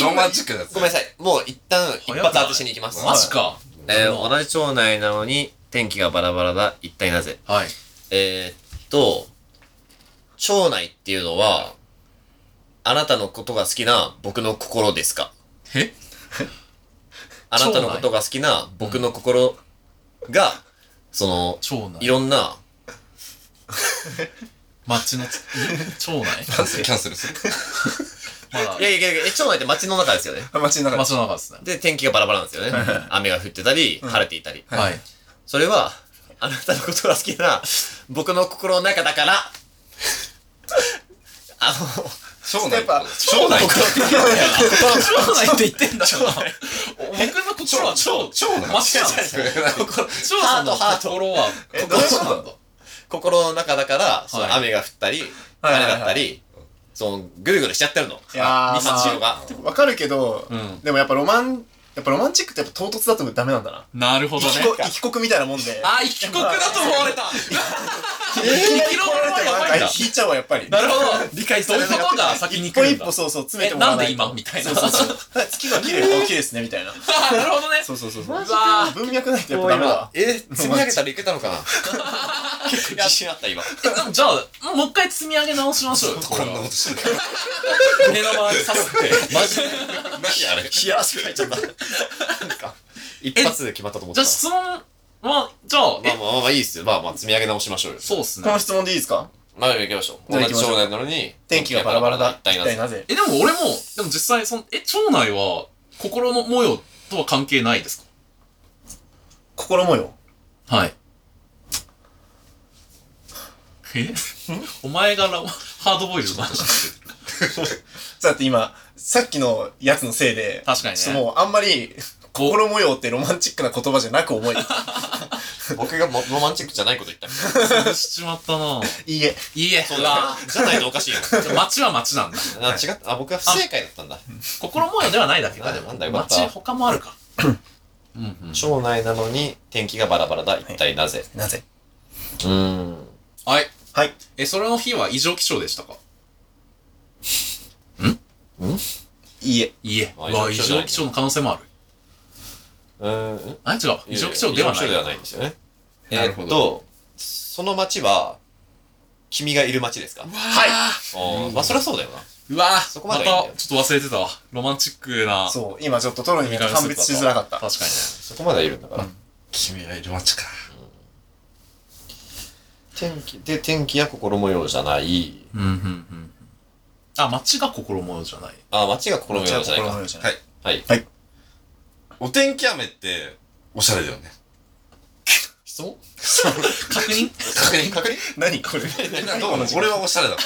Speaker 4: ロマンチックだよ。
Speaker 3: ごめんなさい。もう一旦、一
Speaker 1: 早くない
Speaker 3: 発当てしに行きます。
Speaker 1: マジか。
Speaker 3: えー同じ町内なのに天気がバラバラだ。一体なぜ
Speaker 1: はい。
Speaker 3: えーっと、町内っていうのは、あなたのことが好きな僕の心ですか
Speaker 1: え
Speaker 3: あなたのことが好きな僕の心が、その、
Speaker 1: 町
Speaker 3: い
Speaker 1: 内。
Speaker 3: ろんな、
Speaker 1: 町の つ、町内
Speaker 4: キャンセル、キャンセルする。
Speaker 1: ま
Speaker 3: いやいやいや、え町内って街の中ですよね。
Speaker 2: 街の
Speaker 1: だ、
Speaker 2: 中
Speaker 1: 町の中ですね。
Speaker 3: で、天気がバラバラなんですよね。雨が降ってたり、晴れていたり。
Speaker 2: はい
Speaker 1: はい。
Speaker 3: それは、あなたのことが好きな僕の心の中だから、あの、
Speaker 4: 町内。
Speaker 2: やっぱ
Speaker 4: 町内。
Speaker 1: 町内って言ってんだから。僕の心は町、
Speaker 4: 町内。
Speaker 1: 町なんですよ。
Speaker 3: 心
Speaker 1: 町さんの
Speaker 3: ハート
Speaker 1: 心は、
Speaker 2: え
Speaker 1: 心
Speaker 2: どういうこと
Speaker 1: なんだ。
Speaker 3: 心の中だから、その雨が降ったり、
Speaker 2: はいはい
Speaker 3: 晴れだったり、その、ぐるぐるしちゃってるの。
Speaker 2: いやー
Speaker 3: 二三色が。
Speaker 2: わかるけど、
Speaker 1: うん
Speaker 2: でもやっぱロマンやっぱロマンチックってやっぱ唐突だとダメなんだな
Speaker 1: なるほどね
Speaker 2: 帰。国帰国みたいなもんで
Speaker 1: あ、一帰国だと思われた。生きろ
Speaker 2: 取られても
Speaker 1: や
Speaker 2: な
Speaker 1: ばい
Speaker 2: ん
Speaker 1: ん
Speaker 2: か
Speaker 1: だ。
Speaker 2: 引いちゃうわやっぱり
Speaker 1: なるほど。理解そういうことが先に
Speaker 2: 一
Speaker 1: 来
Speaker 2: 歩
Speaker 1: る
Speaker 2: 一
Speaker 1: んだ。
Speaker 2: 歩そうそう詰め
Speaker 1: え、
Speaker 2: てもら
Speaker 1: な
Speaker 2: わ
Speaker 1: ん
Speaker 2: な
Speaker 1: で
Speaker 2: いと
Speaker 1: 今みたいな。
Speaker 2: そ
Speaker 1: あ
Speaker 2: うそ うそうだから月が綺麗は綺麗ですねみたいな
Speaker 1: なるほどね。
Speaker 2: そうそうそうそう
Speaker 1: うわー
Speaker 2: 文脈ないとやっぱダメだわ
Speaker 3: え、積み上げたらいけたのかな結構自信あった、今。
Speaker 1: えでもじゃあ、もう一回積み上げ直しましょうよ。
Speaker 4: こんなことしてる。
Speaker 1: 目の周り刺すって。
Speaker 3: マジで
Speaker 4: 何あれ。
Speaker 3: 冷や汗かいちゃった。なんか、一発で決まったと思っ
Speaker 1: じ
Speaker 3: た
Speaker 1: ゃあ
Speaker 3: わ。
Speaker 1: 質問は、じゃあ、
Speaker 3: まあ
Speaker 1: え、
Speaker 3: まあまあまあいいっすよ。まあまあ積み上げ直しましょうよ。
Speaker 1: そうっす
Speaker 2: こ
Speaker 1: ね
Speaker 2: の。質問でいいですか
Speaker 3: まあ行きましょう。
Speaker 2: じゃ
Speaker 3: 同
Speaker 2: あ行き
Speaker 3: じ
Speaker 2: ましょう
Speaker 3: 町内なのに、
Speaker 2: 天気がバラバラだ
Speaker 3: 一体なぜ
Speaker 2: なぜ
Speaker 1: え、でも俺も、でも実際、その、え、町内は、心の模様とは関係ないです
Speaker 2: 心模様
Speaker 1: かはい。えお前がラハードボイルドの話してる。
Speaker 2: だって今、さっきのやつのせいで、
Speaker 1: 確かにね
Speaker 2: ちょっともうあんまり、
Speaker 1: こ
Speaker 2: 心模様ってロマンチックな言葉じゃなく思い、
Speaker 3: 僕がもロマンチックじゃないこと言ったみたいな。
Speaker 1: う、しちまったない
Speaker 2: いえ、
Speaker 1: いいえ、
Speaker 3: そう
Speaker 1: う
Speaker 3: だ
Speaker 1: わ。
Speaker 3: じゃないとおかし いよ。
Speaker 1: 街は街なんだ。
Speaker 3: あ違った。あ、僕は不正解だったんだ。
Speaker 1: 心模様ではないだけ
Speaker 3: な
Speaker 1: だ、
Speaker 3: ん
Speaker 1: で
Speaker 3: だ
Speaker 1: も。
Speaker 3: なんだよかった
Speaker 1: 街、他もあるか。 うんうん。
Speaker 3: 町内なのに天気がバラバラだ。一体なぜ、
Speaker 2: なぜ
Speaker 3: うーん。
Speaker 1: はい。
Speaker 2: はい。
Speaker 1: え、それの日は異常気象でしたか
Speaker 2: いいえ、
Speaker 1: いいえ。う
Speaker 3: あ
Speaker 1: わ、異
Speaker 3: 異常気象じゃ
Speaker 1: 常
Speaker 3: ない
Speaker 1: 気象の可能性もある。
Speaker 3: うーん。
Speaker 1: あ、違う。異常気象ではない。
Speaker 3: 異常気象ではないんですよね。
Speaker 1: な
Speaker 3: え
Speaker 1: る
Speaker 3: ー
Speaker 1: ほ
Speaker 3: っ
Speaker 1: ど。
Speaker 3: と、その町は、君がいる町ですか
Speaker 1: は
Speaker 3: おーまあ、そりゃそうだよな。
Speaker 1: い。うわ
Speaker 3: そこ
Speaker 1: また、
Speaker 3: まで
Speaker 1: ちょ
Speaker 3: はいいんだよ
Speaker 1: っと忘れてたわ。ロマンチックな。
Speaker 2: そう、今ちょっとトロに判別しづらかった。
Speaker 1: 確かにね。
Speaker 3: そこまでいるんだから。
Speaker 2: うん
Speaker 4: 君がいる街か。
Speaker 3: 天気、で、天気や心模様じゃない。
Speaker 1: うんうんうん。あ、街が心模様じゃない。
Speaker 3: あ、町が心模
Speaker 2: じゃ
Speaker 3: 様
Speaker 2: あ
Speaker 3: じゃない
Speaker 2: 心模
Speaker 3: か。
Speaker 2: 様じゃな。
Speaker 4: はいい。
Speaker 3: はい。
Speaker 4: お天気雨って、おしゃれだよね。
Speaker 3: 質問
Speaker 1: 確認
Speaker 3: 確認確認
Speaker 2: 何これ何
Speaker 4: どう
Speaker 2: こ
Speaker 4: も
Speaker 2: の時間
Speaker 4: 俺はおしゃれだ。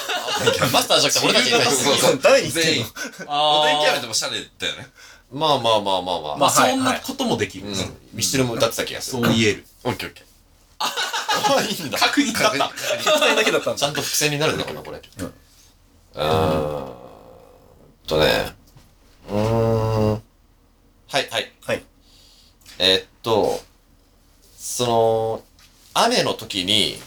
Speaker 3: マスターじゃなくて俺たちに対する
Speaker 4: そうそう
Speaker 2: 誰に言って
Speaker 4: 全
Speaker 2: ん
Speaker 4: 員
Speaker 2: の。
Speaker 4: お
Speaker 1: あ
Speaker 4: 天気雨っておしゃれだよね。
Speaker 3: まあまあまあまあまあ。
Speaker 1: まあ、
Speaker 2: まあはい
Speaker 1: そんなこともできる。
Speaker 3: うん。ミスチルも歌ってた気がす
Speaker 1: そ
Speaker 3: る。
Speaker 1: う言える。
Speaker 4: オッケーオッケー。
Speaker 3: あ、いいんだ。
Speaker 1: 確認だった。
Speaker 2: 聞きたいだけだったん
Speaker 3: ちゃ
Speaker 2: だ。
Speaker 3: んと伏線になるのかな、これ。
Speaker 2: うん
Speaker 3: うーんとね。うーん。はい、はい。
Speaker 2: はい。
Speaker 3: えーっと、その、雨の時に、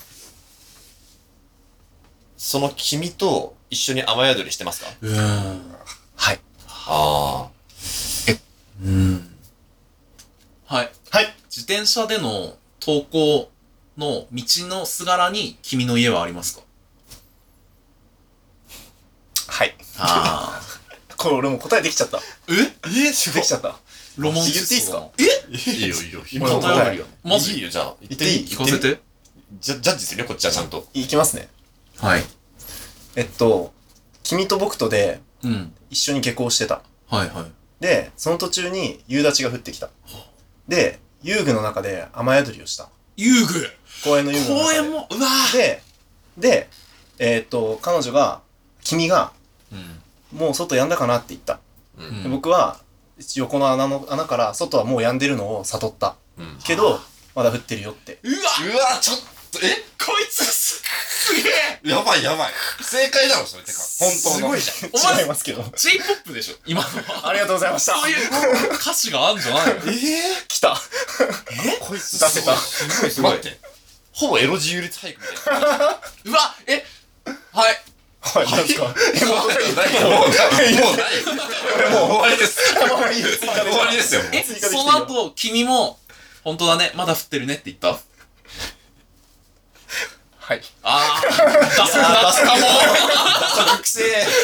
Speaker 3: その君と一緒に雨宿りしてますか
Speaker 1: うーん。
Speaker 2: はい。
Speaker 3: ああ。
Speaker 1: うん。はい。
Speaker 2: はい。
Speaker 1: 自転車での登校の道のすがらに君の家はありますか
Speaker 2: はい。
Speaker 1: ああ。
Speaker 2: これ俺もう答えできちゃった。
Speaker 1: え
Speaker 2: えできちゃった。
Speaker 1: ロマンチ
Speaker 2: 言っていいっ
Speaker 1: ッ
Speaker 2: す
Speaker 1: クだ
Speaker 2: か
Speaker 1: な。
Speaker 4: いいよいいよ。
Speaker 1: え
Speaker 2: もう
Speaker 1: 答えあるよ。マ
Speaker 3: いい
Speaker 1: ジ
Speaker 3: よ、じゃあ。行
Speaker 2: っていい
Speaker 1: 聞かせ。て。
Speaker 3: じゃ、ジャッジするよ、こっちはちゃんと。
Speaker 2: いきますね。
Speaker 1: はい。
Speaker 2: えっと、君と僕とで
Speaker 1: うん。
Speaker 2: 一緒に下校してた。
Speaker 1: はいはい。
Speaker 2: で、その途中に夕立が降ってきた。で、遊具の中で雨宿りをした。
Speaker 1: 遊具
Speaker 2: 公園の遊具の中
Speaker 1: 公
Speaker 2: で。
Speaker 1: 園も、うわー
Speaker 2: で、で、えーっと、彼女が、君が、
Speaker 1: うん。
Speaker 2: もう外やんだかなって言った。
Speaker 3: う
Speaker 1: うん
Speaker 3: ん。
Speaker 2: で僕は、横の穴の、穴から外はもうやんでるのを悟った。
Speaker 3: うん。
Speaker 2: けど、まだ降ってるよって。
Speaker 1: うわ
Speaker 4: うわ、ちょっと、え
Speaker 1: こいつす、すげえ
Speaker 4: やばいやばい。正解だろ、それ。てか、本当の。
Speaker 2: す
Speaker 1: お
Speaker 2: ごい
Speaker 1: 前
Speaker 2: 違いますけど。
Speaker 1: !J-POP でしょ今のは。
Speaker 2: ありがとうございました。
Speaker 1: そういう歌詞があるんじゃないの
Speaker 3: ええ
Speaker 2: 来た。
Speaker 3: こいつ
Speaker 2: 出せた
Speaker 3: すごい、すごい
Speaker 4: 待っ。て。
Speaker 3: ほぼエロ自由率俳句みたいな。
Speaker 1: うわえはい。
Speaker 2: はい、なんですか。
Speaker 4: もうないよ。もうないよ。もうないよ。もう終わりです。
Speaker 2: 終わりです
Speaker 4: 終わりですよ。もう
Speaker 1: え、
Speaker 2: 追加できて
Speaker 1: そ
Speaker 2: るよ
Speaker 1: の後、君も、本当だね、まだ降ってるねって言った
Speaker 2: はい。
Speaker 1: あー、ダサくなったかも
Speaker 3: 学生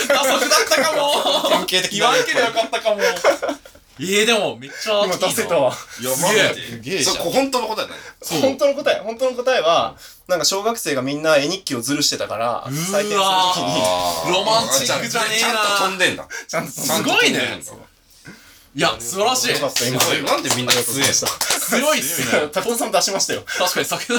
Speaker 1: ダサくなったかも
Speaker 3: 典型的
Speaker 1: 言わ
Speaker 3: だね
Speaker 1: なければよかったかもえー、でも、めっちゃいいな
Speaker 2: 今出せたわ。
Speaker 4: や
Speaker 1: すげえ
Speaker 4: ばいって。
Speaker 3: すげえじゃん
Speaker 4: そこ本当の答えだね。
Speaker 1: そう
Speaker 2: 本当の答え、本当の答えは、なんか小学生がみんな絵日記をズルしてたから、
Speaker 1: うーわー
Speaker 2: 採点するときに、
Speaker 1: ロマンチックじゃねえな
Speaker 4: ちゃんと飛んでんだ。
Speaker 2: ちゃんとその
Speaker 1: すごいね
Speaker 4: ちゃんと飛んでるんだ
Speaker 1: いや、素晴らしい
Speaker 2: よかった、
Speaker 4: す
Speaker 2: 今。
Speaker 4: ごい。なんでみんな
Speaker 2: ありがとう
Speaker 4: 強
Speaker 2: ござ
Speaker 4: い
Speaker 2: いま
Speaker 4: の
Speaker 2: した。
Speaker 1: 強いっすね。
Speaker 2: タクトさん出しましたよ。
Speaker 1: 確かに酒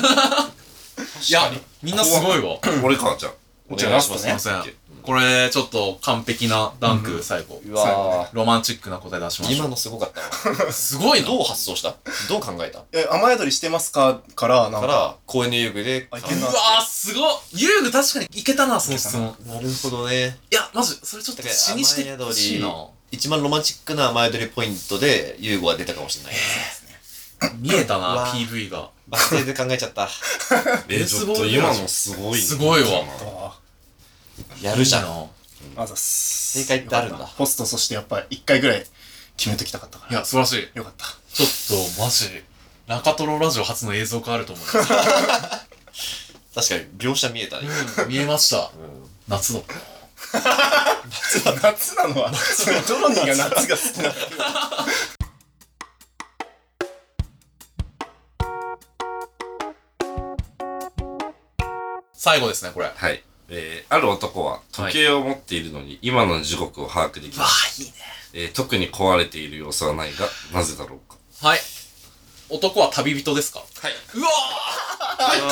Speaker 1: いや、みんなすごいわ。
Speaker 4: 俺か、じゃあ。
Speaker 3: お
Speaker 2: 願いします
Speaker 1: すいません。これ、ちょっと完璧なダンク、最後。
Speaker 3: うわ
Speaker 1: ロマンチックな答え出しまし
Speaker 3: 今のすごかったわ
Speaker 1: た。すごいな。
Speaker 3: どう発想したどう考えた
Speaker 2: え、雨宿りしてますかから、なん
Speaker 3: か
Speaker 2: か、
Speaker 3: ら公園の遊具で
Speaker 2: あいけ
Speaker 1: う
Speaker 2: るな
Speaker 1: わー、すごっ遊具確かにいけたな、その質問。
Speaker 3: なるほどね
Speaker 1: いや、まず、それちょっと死にしてほしいな。
Speaker 3: 一番ロマンチックな雨宿りポイントで遊具は出たかもしれない
Speaker 1: 見えた
Speaker 3: う
Speaker 1: な、
Speaker 3: わ
Speaker 1: PV が。
Speaker 3: バス停で考えちゃった
Speaker 4: え、ちょっと今のすごいね。
Speaker 1: すごいわ
Speaker 2: あ
Speaker 3: やるじゃ
Speaker 1: いい
Speaker 3: ん
Speaker 1: な
Speaker 2: あざっす。
Speaker 3: 正解ってあるんだ
Speaker 2: よかったホスト、そしてやっぱ一回ぐらい決めときたかったか
Speaker 1: い
Speaker 2: ら。
Speaker 1: や、素晴らしい。
Speaker 2: よかった。
Speaker 1: ちょっと、マジ、中トロラジオ初の映像化あると思う。
Speaker 3: 確かに描写見えたね
Speaker 1: うん見えました。
Speaker 3: うん
Speaker 1: 夏の。
Speaker 2: 夏なのは、それドロニー が夏が好きなの。
Speaker 1: 最後ですね、これ。わ
Speaker 4: はい。えーある男は時計を持っているのに今の時刻を把握できない、
Speaker 1: あ、いいね。
Speaker 4: えー特に壊れている様子はないが、なぜだろうか。
Speaker 1: はい。男は旅人ですか
Speaker 4: はい。
Speaker 1: うわ
Speaker 3: あー
Speaker 1: も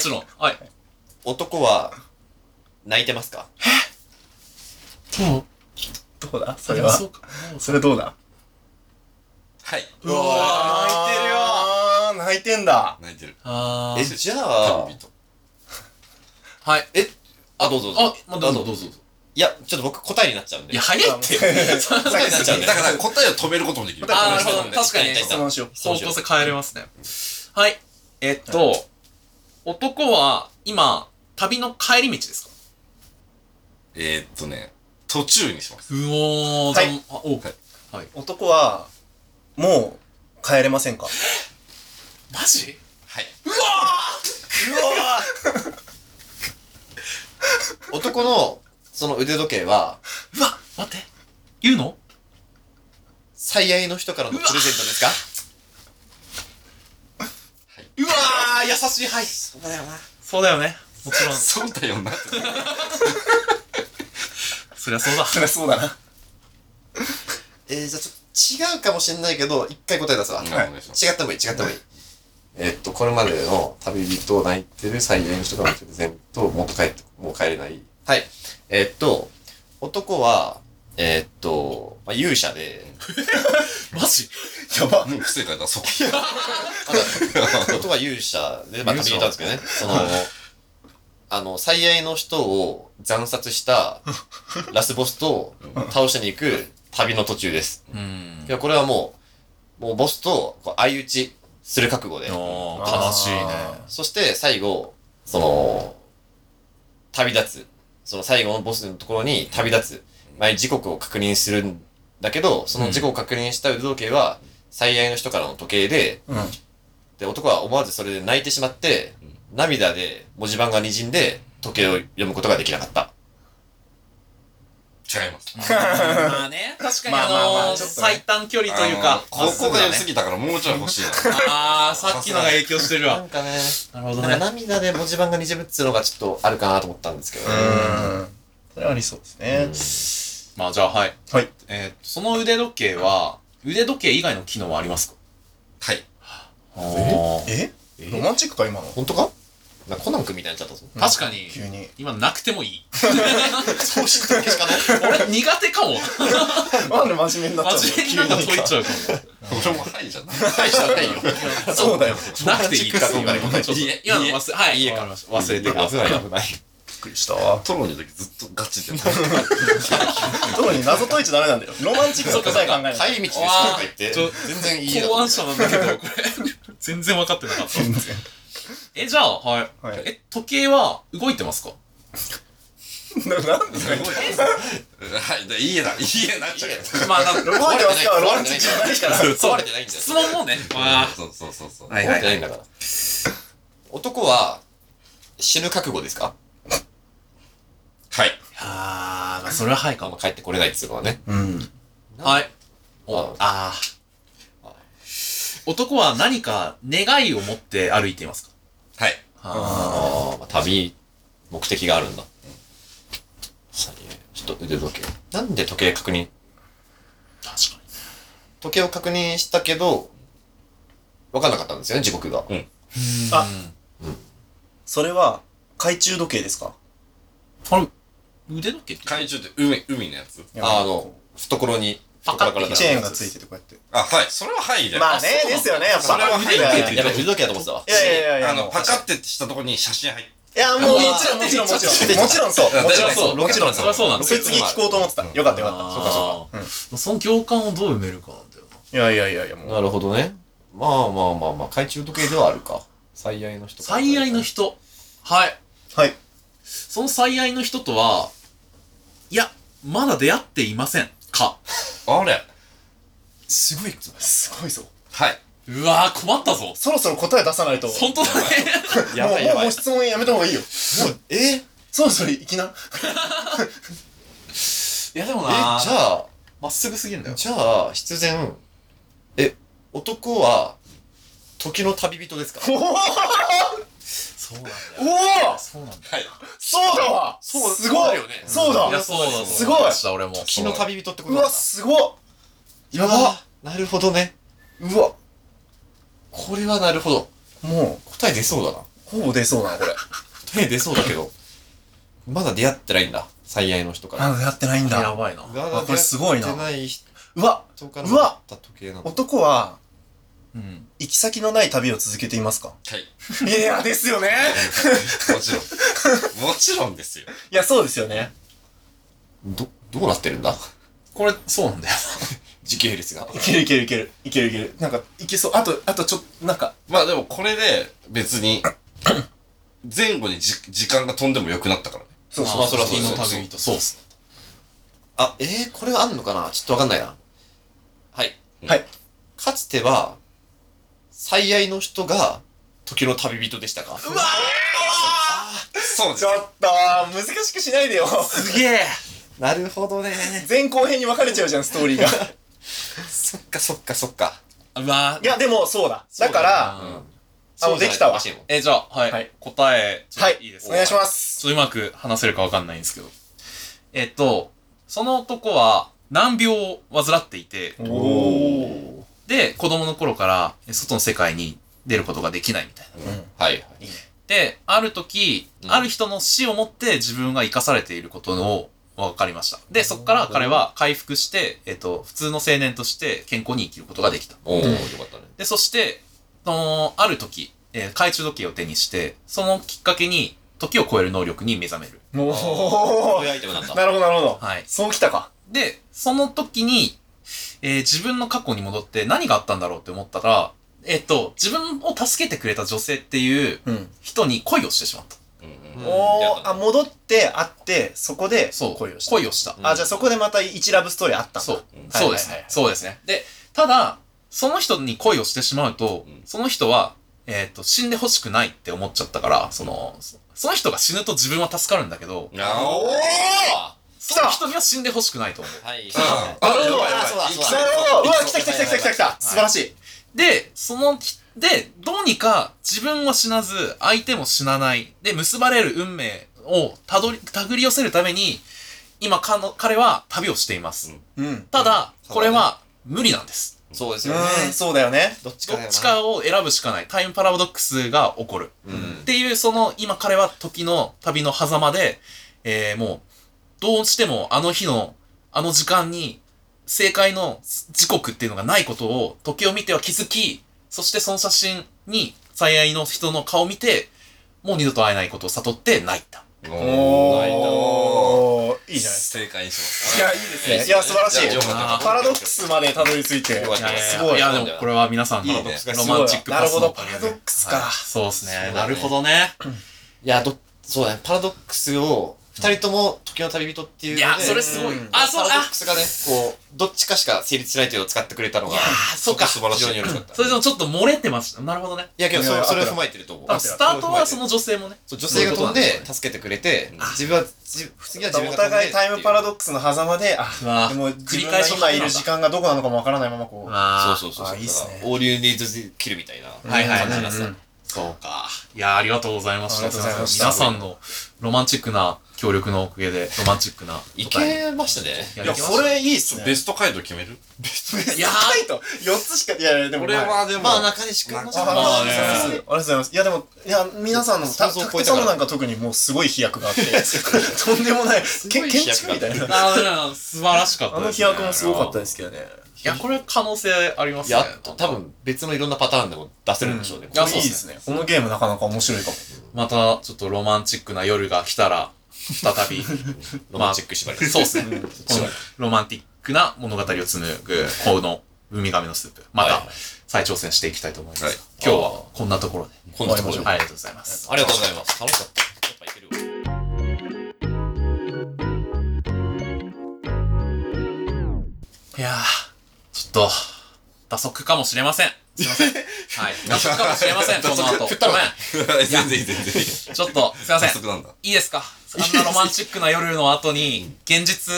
Speaker 1: ちろん。はい。
Speaker 3: 男は、泣いてますか
Speaker 1: もう、
Speaker 2: どうだそれは。
Speaker 1: そうか。もう
Speaker 2: それどうだ
Speaker 4: はい。
Speaker 1: うわ
Speaker 2: ー泣いてるよ泣いてんだ
Speaker 4: 泣いてる。
Speaker 1: あ
Speaker 3: え、
Speaker 1: ー。
Speaker 3: じゃ
Speaker 4: 旅
Speaker 3: あ、
Speaker 4: 人。
Speaker 1: はい。
Speaker 3: あ、どうぞどうぞ。
Speaker 1: あ、まあ、どうぞ
Speaker 3: あ
Speaker 1: どうぞ。
Speaker 3: いや、ちょっと僕答えになっちゃうんで。
Speaker 1: いや、早いって。そんなことになっちゃうね
Speaker 4: だ。から答えを止めることもできる。
Speaker 1: あーなるほど
Speaker 3: そうなんだ
Speaker 1: 確かに
Speaker 3: 答え
Speaker 2: 質
Speaker 3: になっ
Speaker 2: 問
Speaker 3: ち
Speaker 2: しよう。
Speaker 1: 方向性変えれますね。はい。えっと、男は今、旅の帰り道ですか
Speaker 4: えーっとね、途中にします。
Speaker 1: うおー、
Speaker 2: はい
Speaker 1: じゃああお、
Speaker 4: はい
Speaker 2: 男は、もう、帰れませんか
Speaker 1: マジ
Speaker 4: はい。
Speaker 3: ゃう男の、その腕時計は、
Speaker 1: うわ、待って。言うの
Speaker 3: 最愛の人からのプレゼントですか
Speaker 1: うわー、優しい、はい。そうだよな。そうだよね。もちろん、
Speaker 4: そうだ よなって。
Speaker 1: そりゃそうだ。
Speaker 2: そりゃそうだな。
Speaker 3: えー、じゃあちょっと違うかもしれないけど、一回答え出すわ。
Speaker 4: お
Speaker 3: 違
Speaker 4: 願いします
Speaker 3: ってもいい、違ってもいい。えーっと、これまでの旅人を泣いてる最愛の人からのプレゼント、もっと帰って、もう帰れない。はい。えーっと、男は、えーっと、まあ、勇者 で、
Speaker 1: マジ
Speaker 2: やば。
Speaker 4: もう不正解だ、そこ。
Speaker 3: 男は勇者で、まあ、旅人なんですけどね。その、あの、最愛の人を惨殺したラスボスと倒しに行く旅の途中です。
Speaker 1: うん
Speaker 3: い。や、これはもう、もうボスとこう相打ちする覚悟で。
Speaker 1: お
Speaker 2: あー
Speaker 1: ー、悲しいね。
Speaker 3: そして最後、その、旅立つ。その最後のボスのところに旅立つ。前時刻を確認するんだけど、その時刻を確認した腕時計は、最愛の人からの時計で、
Speaker 2: うん。
Speaker 3: で、男は思わずそれで泣いてしまって、涙で文字盤が滲んで、時計を読むことができなかった。
Speaker 4: 違いま す。
Speaker 1: まあね、確かに
Speaker 2: まあまあまあ
Speaker 1: あのー、
Speaker 2: ちょっとね
Speaker 1: 最短距離という
Speaker 4: あ
Speaker 1: か
Speaker 4: の、高校が
Speaker 1: ま
Speaker 4: 良
Speaker 1: っすぐだ
Speaker 4: す
Speaker 1: ね。
Speaker 4: ぎたからもうちょい欲しいな。
Speaker 1: あー、さっきのが影響してる
Speaker 3: な
Speaker 1: わ。
Speaker 3: んかね、
Speaker 1: なるほど
Speaker 3: なんか
Speaker 1: ね。
Speaker 3: 涙で文字盤が滲むっていうのがちょっとあるかなと思ったんですけどね。
Speaker 2: うん。それはありそうですね。
Speaker 1: まあじゃあはい。
Speaker 2: はい。
Speaker 1: えーその腕時計は、腕時計以外の機能はありますか
Speaker 4: はい。
Speaker 1: え
Speaker 2: えロマンチックか、今の。
Speaker 3: 本当かなんかコナン君みたいになっちゃったぞ。
Speaker 1: 確かに、
Speaker 2: 急に。
Speaker 1: 今なくてもいい。
Speaker 3: そうしたしかない。
Speaker 1: 俺苦手かも。
Speaker 2: なんで真面目になっちゃうの
Speaker 1: 真面目になんか解いちゃうか
Speaker 4: 俺もはいじゃ ない。
Speaker 3: 大したないよ。
Speaker 1: も。
Speaker 2: そうだよ。
Speaker 1: そう。なくていいです
Speaker 3: ロマンチックかどうかね
Speaker 1: ちょっと
Speaker 3: いいえ
Speaker 1: 今の
Speaker 3: いいえ
Speaker 1: 忘れ、はい。
Speaker 3: いいえか
Speaker 1: わりました忘れてくだ
Speaker 3: 危
Speaker 1: さ。
Speaker 3: ないい危ない。
Speaker 2: びっくりしたわ。
Speaker 4: トロの時ずっとガチ で。は
Speaker 2: 特に謎解いちゃダメなんだよ。ロマンチックな答え考えない。
Speaker 3: 帰り道ですとか言って、
Speaker 1: ちょ
Speaker 3: 全然いい
Speaker 1: 考案者なんだけど、これ、 全然分かってなかった。
Speaker 2: 全然。
Speaker 1: え、じゃあ、はい。
Speaker 2: はい
Speaker 1: え、時計は動いてますか
Speaker 2: ななんで
Speaker 4: い、で家だ。家なっちゃうから。
Speaker 1: まあ、なんか、
Speaker 2: 壊れてますかロマンチックじゃないから。
Speaker 3: 壊れてないんだよ。
Speaker 1: 質問もね。あ
Speaker 4: そうそうそうそう。
Speaker 1: あ。は
Speaker 3: 壊れてないんだから。男は死ぬ覚悟ですか
Speaker 4: はい。
Speaker 1: あー、まあ、それははい
Speaker 3: あ
Speaker 1: か
Speaker 3: んま
Speaker 1: も。
Speaker 3: 帰ってこれないっつうのはね。
Speaker 2: うん。
Speaker 1: はい。
Speaker 3: あ
Speaker 1: ああ。男は何か願いを持って歩いていますか
Speaker 4: はい。
Speaker 1: あ
Speaker 3: ああ、旅、目的があるんだ。さあねちょっと腕時計。なんで時計確認
Speaker 1: あ、確か
Speaker 3: 時計を確認したけど、わかんなかったんですよね、時刻が。
Speaker 1: に。
Speaker 2: あそれは、懐中時計ですか
Speaker 1: あれ、腕時計って
Speaker 4: 海中って海、海のやつ。
Speaker 3: あの、懐に、懐から
Speaker 2: チェーンがついててこうやって。
Speaker 4: あ、はい。それははいで。
Speaker 2: まあね、ですよね、やっぱ。
Speaker 4: それは入ってる
Speaker 2: い
Speaker 4: っ
Speaker 2: や
Speaker 4: て
Speaker 2: い
Speaker 3: やべ、腕時計だと思ってたわ。
Speaker 2: やいやいや。
Speaker 4: あの、パカってしたとこに写真入って。
Speaker 2: いや、もうもちろん、もちろん、もちろん。もちろんそう。もちろんそう。
Speaker 3: ロケットなんだ
Speaker 1: それはそうなんだ
Speaker 2: それ次聞こうと思ってた。よかったよかっ
Speaker 1: そうかそうか。うんその行間をどう埋めるかなんだよな。
Speaker 2: た。いやいやいやいや、も
Speaker 3: な
Speaker 2: う。
Speaker 3: るほどね。まあまあまあまあ、懐中時計ではあるか。最愛の人から
Speaker 1: 最愛の。人。はい。
Speaker 2: はい。
Speaker 1: その最愛の人とは、いや、まだ出会っていません。か。
Speaker 4: あれ
Speaker 3: すごいこと
Speaker 2: すごいぞ。
Speaker 4: はい。
Speaker 1: うわー、困ったぞ。
Speaker 2: そろそろ答え出さないと。も
Speaker 1: 本当だね。
Speaker 3: だ。
Speaker 2: う、もう、もう質問やめた方がいいよ。
Speaker 3: ええ、
Speaker 2: そろそろ行きな。
Speaker 1: いや、でも
Speaker 3: じゃ
Speaker 1: じゃあ、
Speaker 3: あ、
Speaker 1: まっすぐすぎんだよ。
Speaker 3: じゃあ、必然、え、男は、時の旅人ですか
Speaker 2: おお
Speaker 1: そうなんだ
Speaker 2: お
Speaker 1: よ。
Speaker 2: お
Speaker 1: そうなんだよ。
Speaker 2: そうだわ
Speaker 3: そう
Speaker 2: すご
Speaker 3: そうだ
Speaker 2: い
Speaker 3: よね
Speaker 2: そう
Speaker 1: いや、
Speaker 2: だ
Speaker 1: そうだ、
Speaker 2: すごい
Speaker 1: した、俺も。
Speaker 3: 時の旅人ってこと
Speaker 2: う
Speaker 3: なんだ
Speaker 2: わ、すごいやば
Speaker 3: あなるほどね。
Speaker 2: うわ
Speaker 3: これはなるほど。
Speaker 2: も
Speaker 3: 答え出そうだな。
Speaker 2: ほぼ出そうな、 これ。
Speaker 3: 手出そうだけど、まだ出会ってないんだ。最愛の人から。
Speaker 2: あ、やってないんだ。
Speaker 1: やばいな。
Speaker 3: まだ
Speaker 2: あこれすごいな
Speaker 3: 出会ってない人
Speaker 2: うわ
Speaker 3: から
Speaker 2: うわ
Speaker 3: った時計なの。
Speaker 2: 男は、
Speaker 1: うん。
Speaker 2: 行き先のない旅を続けていますか
Speaker 4: は い。
Speaker 2: いや、ですよね
Speaker 4: もちろ ん。もちろんですよ。
Speaker 2: いや、そうですよね。
Speaker 3: ど、どうなってるんだ
Speaker 1: これ、そうなんだよ。
Speaker 3: 時系列が。
Speaker 2: いけるいけるいける。いけるいける。なんか、いけそう。あと、あとちょっと、なんか、
Speaker 4: まあでもこれで別に、前後にじ時間が飛んでも良くなったからね。
Speaker 2: そう
Speaker 1: ま
Speaker 2: そ
Speaker 1: あ
Speaker 2: う
Speaker 1: そ
Speaker 2: そう
Speaker 1: れ
Speaker 2: そ
Speaker 1: は
Speaker 2: う
Speaker 1: そうそうそうそ
Speaker 2: そう
Speaker 1: うっす
Speaker 3: あ、えー、これあんのかなちょっとわかんないな。はい。
Speaker 2: はい。
Speaker 3: かつては、最愛の人が時の旅人でしたかうわ
Speaker 4: そうです
Speaker 2: ちょ。っと、難しくしない でよ。
Speaker 1: すげえ
Speaker 3: なるほどね。
Speaker 2: 前後編に分かれちゃうじゃん、ストー リーが。
Speaker 3: そっかそっかそっか。
Speaker 1: うわ
Speaker 2: いや、でも、そうだ。だか
Speaker 1: う
Speaker 2: ら、
Speaker 1: ん
Speaker 2: あもうできたわ
Speaker 3: そうじゃないとおかしいもん
Speaker 1: え、じゃあ、はい。
Speaker 2: はい
Speaker 1: 答え、ちょっ
Speaker 2: は
Speaker 1: と
Speaker 2: い
Speaker 1: いいです
Speaker 2: お
Speaker 1: か
Speaker 2: 願いし
Speaker 1: す。
Speaker 2: ます。
Speaker 1: ちょっとうまく話せるかわかんないんですけど。えっと、その男は難病を患っていて、
Speaker 2: おー。
Speaker 1: で、子供の頃からえ外の世界に出ることができないみたいな。
Speaker 3: はいはい。
Speaker 1: で、ある時、
Speaker 3: うん
Speaker 1: ある人の死をもって自分が生かされていることを分かりました。で、そこから彼は回復して、えっと、普通の青年として健康に生きることができた。
Speaker 3: おー、
Speaker 2: うん
Speaker 3: よかったね。
Speaker 1: で、そして、その、ある時、えー懐中時計を手にして、そのきっかけに、時を超える能力に目覚める。
Speaker 2: お
Speaker 3: そういうアイテムなん だ。
Speaker 2: なるほど、なるほど。
Speaker 1: はい。
Speaker 2: そうきたか。
Speaker 1: で、その時に、えー自分の過去に戻って何があったんだろうって思ったら、えっ、と、自分を助けてくれた女性っていう
Speaker 2: うん。
Speaker 1: 人に恋をしてしまった。
Speaker 4: うんうん
Speaker 3: うん
Speaker 2: おー、あ、戻って会って、そこで、
Speaker 1: そう。
Speaker 2: 恋をした。
Speaker 3: うん
Speaker 2: あ、じゃあそこでまた一ラブストーリーあったんだ。
Speaker 1: そう。
Speaker 4: うん
Speaker 1: そうです
Speaker 2: はい
Speaker 1: ね
Speaker 2: はいは。い
Speaker 1: そうですね。で、ただ、その人に恋をしてしまうと、
Speaker 4: うん
Speaker 1: その人は、えっ、と、死んでほしくないって思っちゃったから、その、そその人が死ぬと自分は助かるんだけど、
Speaker 4: あーおー
Speaker 3: あ
Speaker 1: その人には死んでほしくないと思う。
Speaker 3: ーはい。
Speaker 4: あ
Speaker 2: なるほど
Speaker 3: やばいやばい
Speaker 2: なるほどうわ、来た来た来た来た来た来た。素晴らしい。
Speaker 1: で、その、で、どうにか自分は死なず、相手も死なない。で、結ばれる運命をたどり、手繰り寄せるために、今、かの、彼は旅をしています。
Speaker 4: うん
Speaker 2: うん。
Speaker 1: ただ、
Speaker 3: うん
Speaker 1: これは無理なんです。
Speaker 3: そうですよね。
Speaker 2: うん、そうだよね。
Speaker 3: どっち
Speaker 1: ど
Speaker 3: か
Speaker 1: っ
Speaker 3: だよな
Speaker 1: ち。かを選ぶしかない。タイムパラドックスが起こる。
Speaker 3: うん
Speaker 1: っていう、その、今彼は時の旅の狭間で、えー、もう、どうしてもあの日の、あの時間に、正解の時刻っていうのがないことを、時計を見ては気づき、そしてその写真に、最愛の人の顔を見て、もう二度と会えないことを悟って泣いた。
Speaker 4: おー。
Speaker 2: おー。いいじゃないです
Speaker 4: 正解にします。
Speaker 2: か。いや、いいですね。いや、素晴らし
Speaker 4: いやよ
Speaker 2: い。
Speaker 4: かった
Speaker 2: パラドックスまでたどり着いて。
Speaker 3: よかった
Speaker 2: いやす
Speaker 1: い
Speaker 2: ごい。
Speaker 1: や、でもこれは皆さんの
Speaker 4: いいね
Speaker 1: ロマンチックパスのおかげ
Speaker 2: な
Speaker 1: で
Speaker 2: るほどパラドックスか
Speaker 1: はいそうです
Speaker 3: そうだ
Speaker 1: ね。
Speaker 3: ね
Speaker 1: なるほどね。
Speaker 3: いや、ど、そうだね。パラドックスを、二人とも時の旅人っていうの
Speaker 1: い
Speaker 3: で。
Speaker 1: や、それすごい
Speaker 2: うん。
Speaker 1: あ、
Speaker 3: あ、
Speaker 1: そ、
Speaker 3: そうう、パラド
Speaker 1: あ
Speaker 3: ッ、クスがね、こう、どっちかしか成立しないというのを使ってくれたのが、
Speaker 1: あ、そうか。
Speaker 4: 素晴ら
Speaker 3: 非常
Speaker 4: し
Speaker 3: に
Speaker 4: い。
Speaker 3: よかった。
Speaker 1: それ
Speaker 3: い
Speaker 1: でもちょっと漏れてました。なるほどね。
Speaker 3: や、けど、
Speaker 2: い
Speaker 3: そ
Speaker 2: や
Speaker 3: れ
Speaker 2: いや
Speaker 3: それ
Speaker 2: あ
Speaker 3: を
Speaker 2: った
Speaker 3: 踏まえてると思う
Speaker 1: 多。分スタートはその女性もね。
Speaker 3: そう女性が飛ん
Speaker 1: そういうこと
Speaker 3: で
Speaker 1: なんだよね
Speaker 3: 助けてくれて
Speaker 4: うん、
Speaker 3: 自分は、じ次は自分が飛んでってう。
Speaker 2: お互いタイムパラド
Speaker 3: ッ
Speaker 2: ックスの狭間で、あ、
Speaker 1: うわ
Speaker 2: でも
Speaker 1: 繰
Speaker 2: 自
Speaker 1: り
Speaker 2: 分
Speaker 1: 返
Speaker 2: が
Speaker 1: し
Speaker 2: 今いる時間がどこなのかもわからないままこう。
Speaker 1: あ
Speaker 3: ク
Speaker 1: あ
Speaker 3: ス。そうそうそう。
Speaker 2: あいいっすね
Speaker 3: オールユニーズズキルみたいな。
Speaker 1: はいはい
Speaker 3: 感じ
Speaker 1: は
Speaker 3: が
Speaker 1: い。
Speaker 3: さ
Speaker 1: そうか。いやー、ありがとうございました。
Speaker 2: ありがとうございました
Speaker 1: 皆さんのロマンチックな協力のおかげで、ロマンチックな答えに。
Speaker 3: いけましたね。
Speaker 1: いや、
Speaker 2: い
Speaker 1: いけま
Speaker 2: や、
Speaker 1: した
Speaker 2: それいいっすね。
Speaker 4: ベスト回答決める
Speaker 1: いやー
Speaker 2: 高いと、4つしか、いやいや、でも、
Speaker 4: 俺
Speaker 2: はい、
Speaker 4: はでも、
Speaker 3: まあ、中西君の
Speaker 2: あ
Speaker 4: ま
Speaker 2: あ
Speaker 4: あ
Speaker 2: り
Speaker 4: ね
Speaker 2: がとうございますありがとうございます。いや、でも、いや、皆さんの、た
Speaker 3: 想像を
Speaker 2: た
Speaker 3: 超
Speaker 2: く
Speaker 3: えた
Speaker 2: さ
Speaker 3: から
Speaker 2: んなんか特にもうすごい飛躍があって、とんでもない、け
Speaker 3: ごい
Speaker 2: 建
Speaker 3: 飛躍
Speaker 2: 築
Speaker 3: が
Speaker 2: みたいな。
Speaker 1: あー素晴らしかった
Speaker 2: あの
Speaker 1: です
Speaker 2: 飛
Speaker 1: ね。
Speaker 2: 躍もすごかったですけどね。
Speaker 1: いや、これ可能性あります
Speaker 3: い
Speaker 1: ね。
Speaker 3: や、多分別のいろんなパターンでも出せるんでしょうね。
Speaker 1: いや
Speaker 2: いいですね。このゲームなかなか面白いかも。
Speaker 1: また、ちょっとロマンチックな夜が来たら、再 び、
Speaker 3: ロマンチック縛り。
Speaker 1: そうですね。このロマンティックな物語を紡ぐ、この、ウミガメのスープ。ま
Speaker 3: は
Speaker 1: た
Speaker 3: い、
Speaker 1: 再挑戦していきたいと思います。
Speaker 4: はい
Speaker 1: 今日はこんなところで。
Speaker 3: 今度のところ
Speaker 1: ありがとうございます。
Speaker 3: ありがとうございます。楽しかった。やっぱいけるわ。
Speaker 1: いやー、ちょっと、打足かもしれません。すいま せん。はい。打足かもしれません、この後。ごめん。
Speaker 4: 全然いい、全然いい。
Speaker 1: ちょっと、すいません
Speaker 4: 早。速なんだ。
Speaker 1: いいですかあんなロマンチックな夜の後に、現実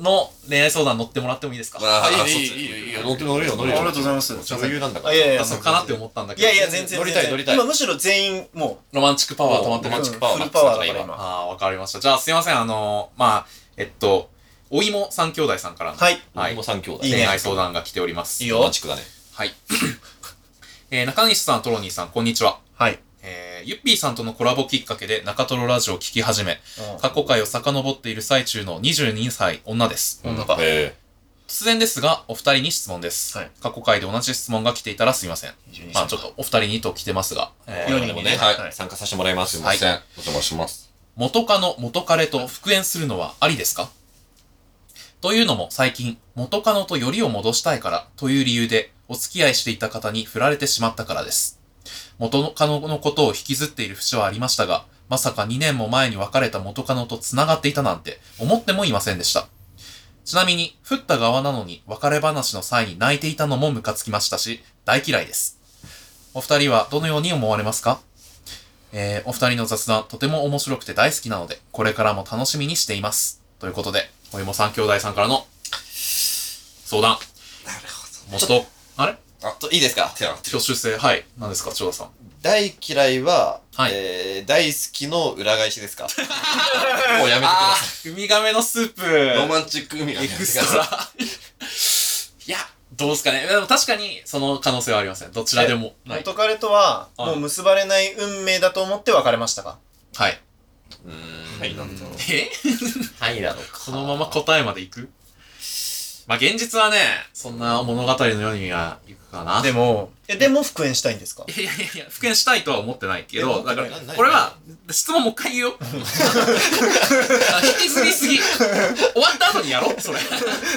Speaker 1: の恋愛相談乗ってもらってもいいですか
Speaker 4: まあ、
Speaker 3: いいよ
Speaker 4: そう
Speaker 3: いいよいいよ乗って乗るよ乗るよ。
Speaker 2: ありがとうございます
Speaker 3: 女優なんだか
Speaker 2: あ
Speaker 3: ら。
Speaker 2: いやいや
Speaker 1: 打足かなって思ったんだけ
Speaker 2: い
Speaker 1: ど。
Speaker 2: やいや、全然。
Speaker 3: 乗りた
Speaker 2: 全
Speaker 3: い
Speaker 2: 然
Speaker 3: 乗りたい
Speaker 2: 今むしろ全員、も
Speaker 1: ロマンチックパ
Speaker 3: パ
Speaker 1: ワ
Speaker 3: ワ
Speaker 1: ー
Speaker 3: ー
Speaker 1: 止ま
Speaker 3: 止ま
Speaker 1: っ
Speaker 3: っ
Speaker 1: ます
Speaker 3: ててマ
Speaker 2: う
Speaker 3: ッチ
Speaker 2: ん
Speaker 3: パワー
Speaker 2: フ
Speaker 3: マ
Speaker 2: ル
Speaker 3: ッ
Speaker 2: パ
Speaker 3: ク
Speaker 2: ワー
Speaker 3: ス
Speaker 2: だ
Speaker 3: だ
Speaker 2: から
Speaker 3: 今。
Speaker 1: ああ、わかりました。じゃあ、すいません。あのまあ、えっと、お芋三兄弟さんからの、
Speaker 2: う、はい。
Speaker 1: は
Speaker 3: はいい。もう三兄弟。
Speaker 2: いいね
Speaker 1: 恋愛相談が来ております。
Speaker 2: いいよ
Speaker 3: ロマンチックだね。
Speaker 1: はい。えー中西さん、トロニーさん、こんにちは。
Speaker 2: はい。
Speaker 1: ええー、ゆっぴーさんとのコラボきっかけで中トロラジオを聞き始め、
Speaker 2: うん
Speaker 1: 過去回を遡っている最中の22歳女です。
Speaker 2: 女か。
Speaker 3: え
Speaker 1: 突然ですが、お二人に質問です。
Speaker 2: はい
Speaker 1: 過去回で同じ質問が来ていたらすいません。
Speaker 2: 22
Speaker 1: まあちょっとお二人にと来てますが、えー
Speaker 2: 世
Speaker 3: ー、
Speaker 2: に
Speaker 3: で
Speaker 2: も
Speaker 3: も
Speaker 2: ね
Speaker 3: ね、
Speaker 2: はい
Speaker 3: 参加させてもらいます。
Speaker 4: すいません。お邪魔します。
Speaker 1: 元カノ、元カレと復縁するのはありですかというのも最近、元カノとよりを戻したいからという理由でお付き合いしていた方に振られてしまったからです。元カノのことを引きずっている節はありましたが、まさか2年も前に別れた元カノと繋がっていたなんて思ってもいませんでした。ちなみに、振った側なのに別れ話の際に泣いていたのもムカつきましたし、大嫌いです。お二人はどのように思われますかえーお二人の雑談、とても面白くて大好きなので、これからも楽しみにしています。ということで、お芋三兄弟さんからの相談。なるほど。もっと、あれ
Speaker 3: あと、いいですか
Speaker 4: 手合って
Speaker 1: 挙手制、はい。何ですか、千代田さん。
Speaker 3: 大嫌いは、
Speaker 1: はい
Speaker 3: えー、大好きの裏返しですかもうやめてくだ
Speaker 1: あ
Speaker 3: さ
Speaker 1: ー、ウミガメのスープ。
Speaker 4: る。ロマンチック海が
Speaker 1: エクストラ。 いや、どうですかね。でも確かに、その可能性はありません。どちらでも。はい。
Speaker 2: 元彼とは、
Speaker 1: はい
Speaker 2: もう結ばれない運命だと思って別れましたか
Speaker 1: はい、
Speaker 3: い。うーん。
Speaker 4: はい、なんだろう。
Speaker 1: え
Speaker 3: はいなのか。
Speaker 1: そのまま答えまでいくまあ、現実はね、そんな物語のようにはいくかな。
Speaker 2: でも、え、でも復縁したいんですか
Speaker 1: いやいやいや、復縁したいとは思ってないけ
Speaker 3: いや
Speaker 1: ど、
Speaker 3: 思っ
Speaker 1: だ
Speaker 3: て
Speaker 1: か
Speaker 3: な
Speaker 1: ら
Speaker 3: いな、ない
Speaker 1: これは、質問もう一回言うよ。 あ引きずりすぎ。終わった後にやろう、それ。
Speaker 2: ち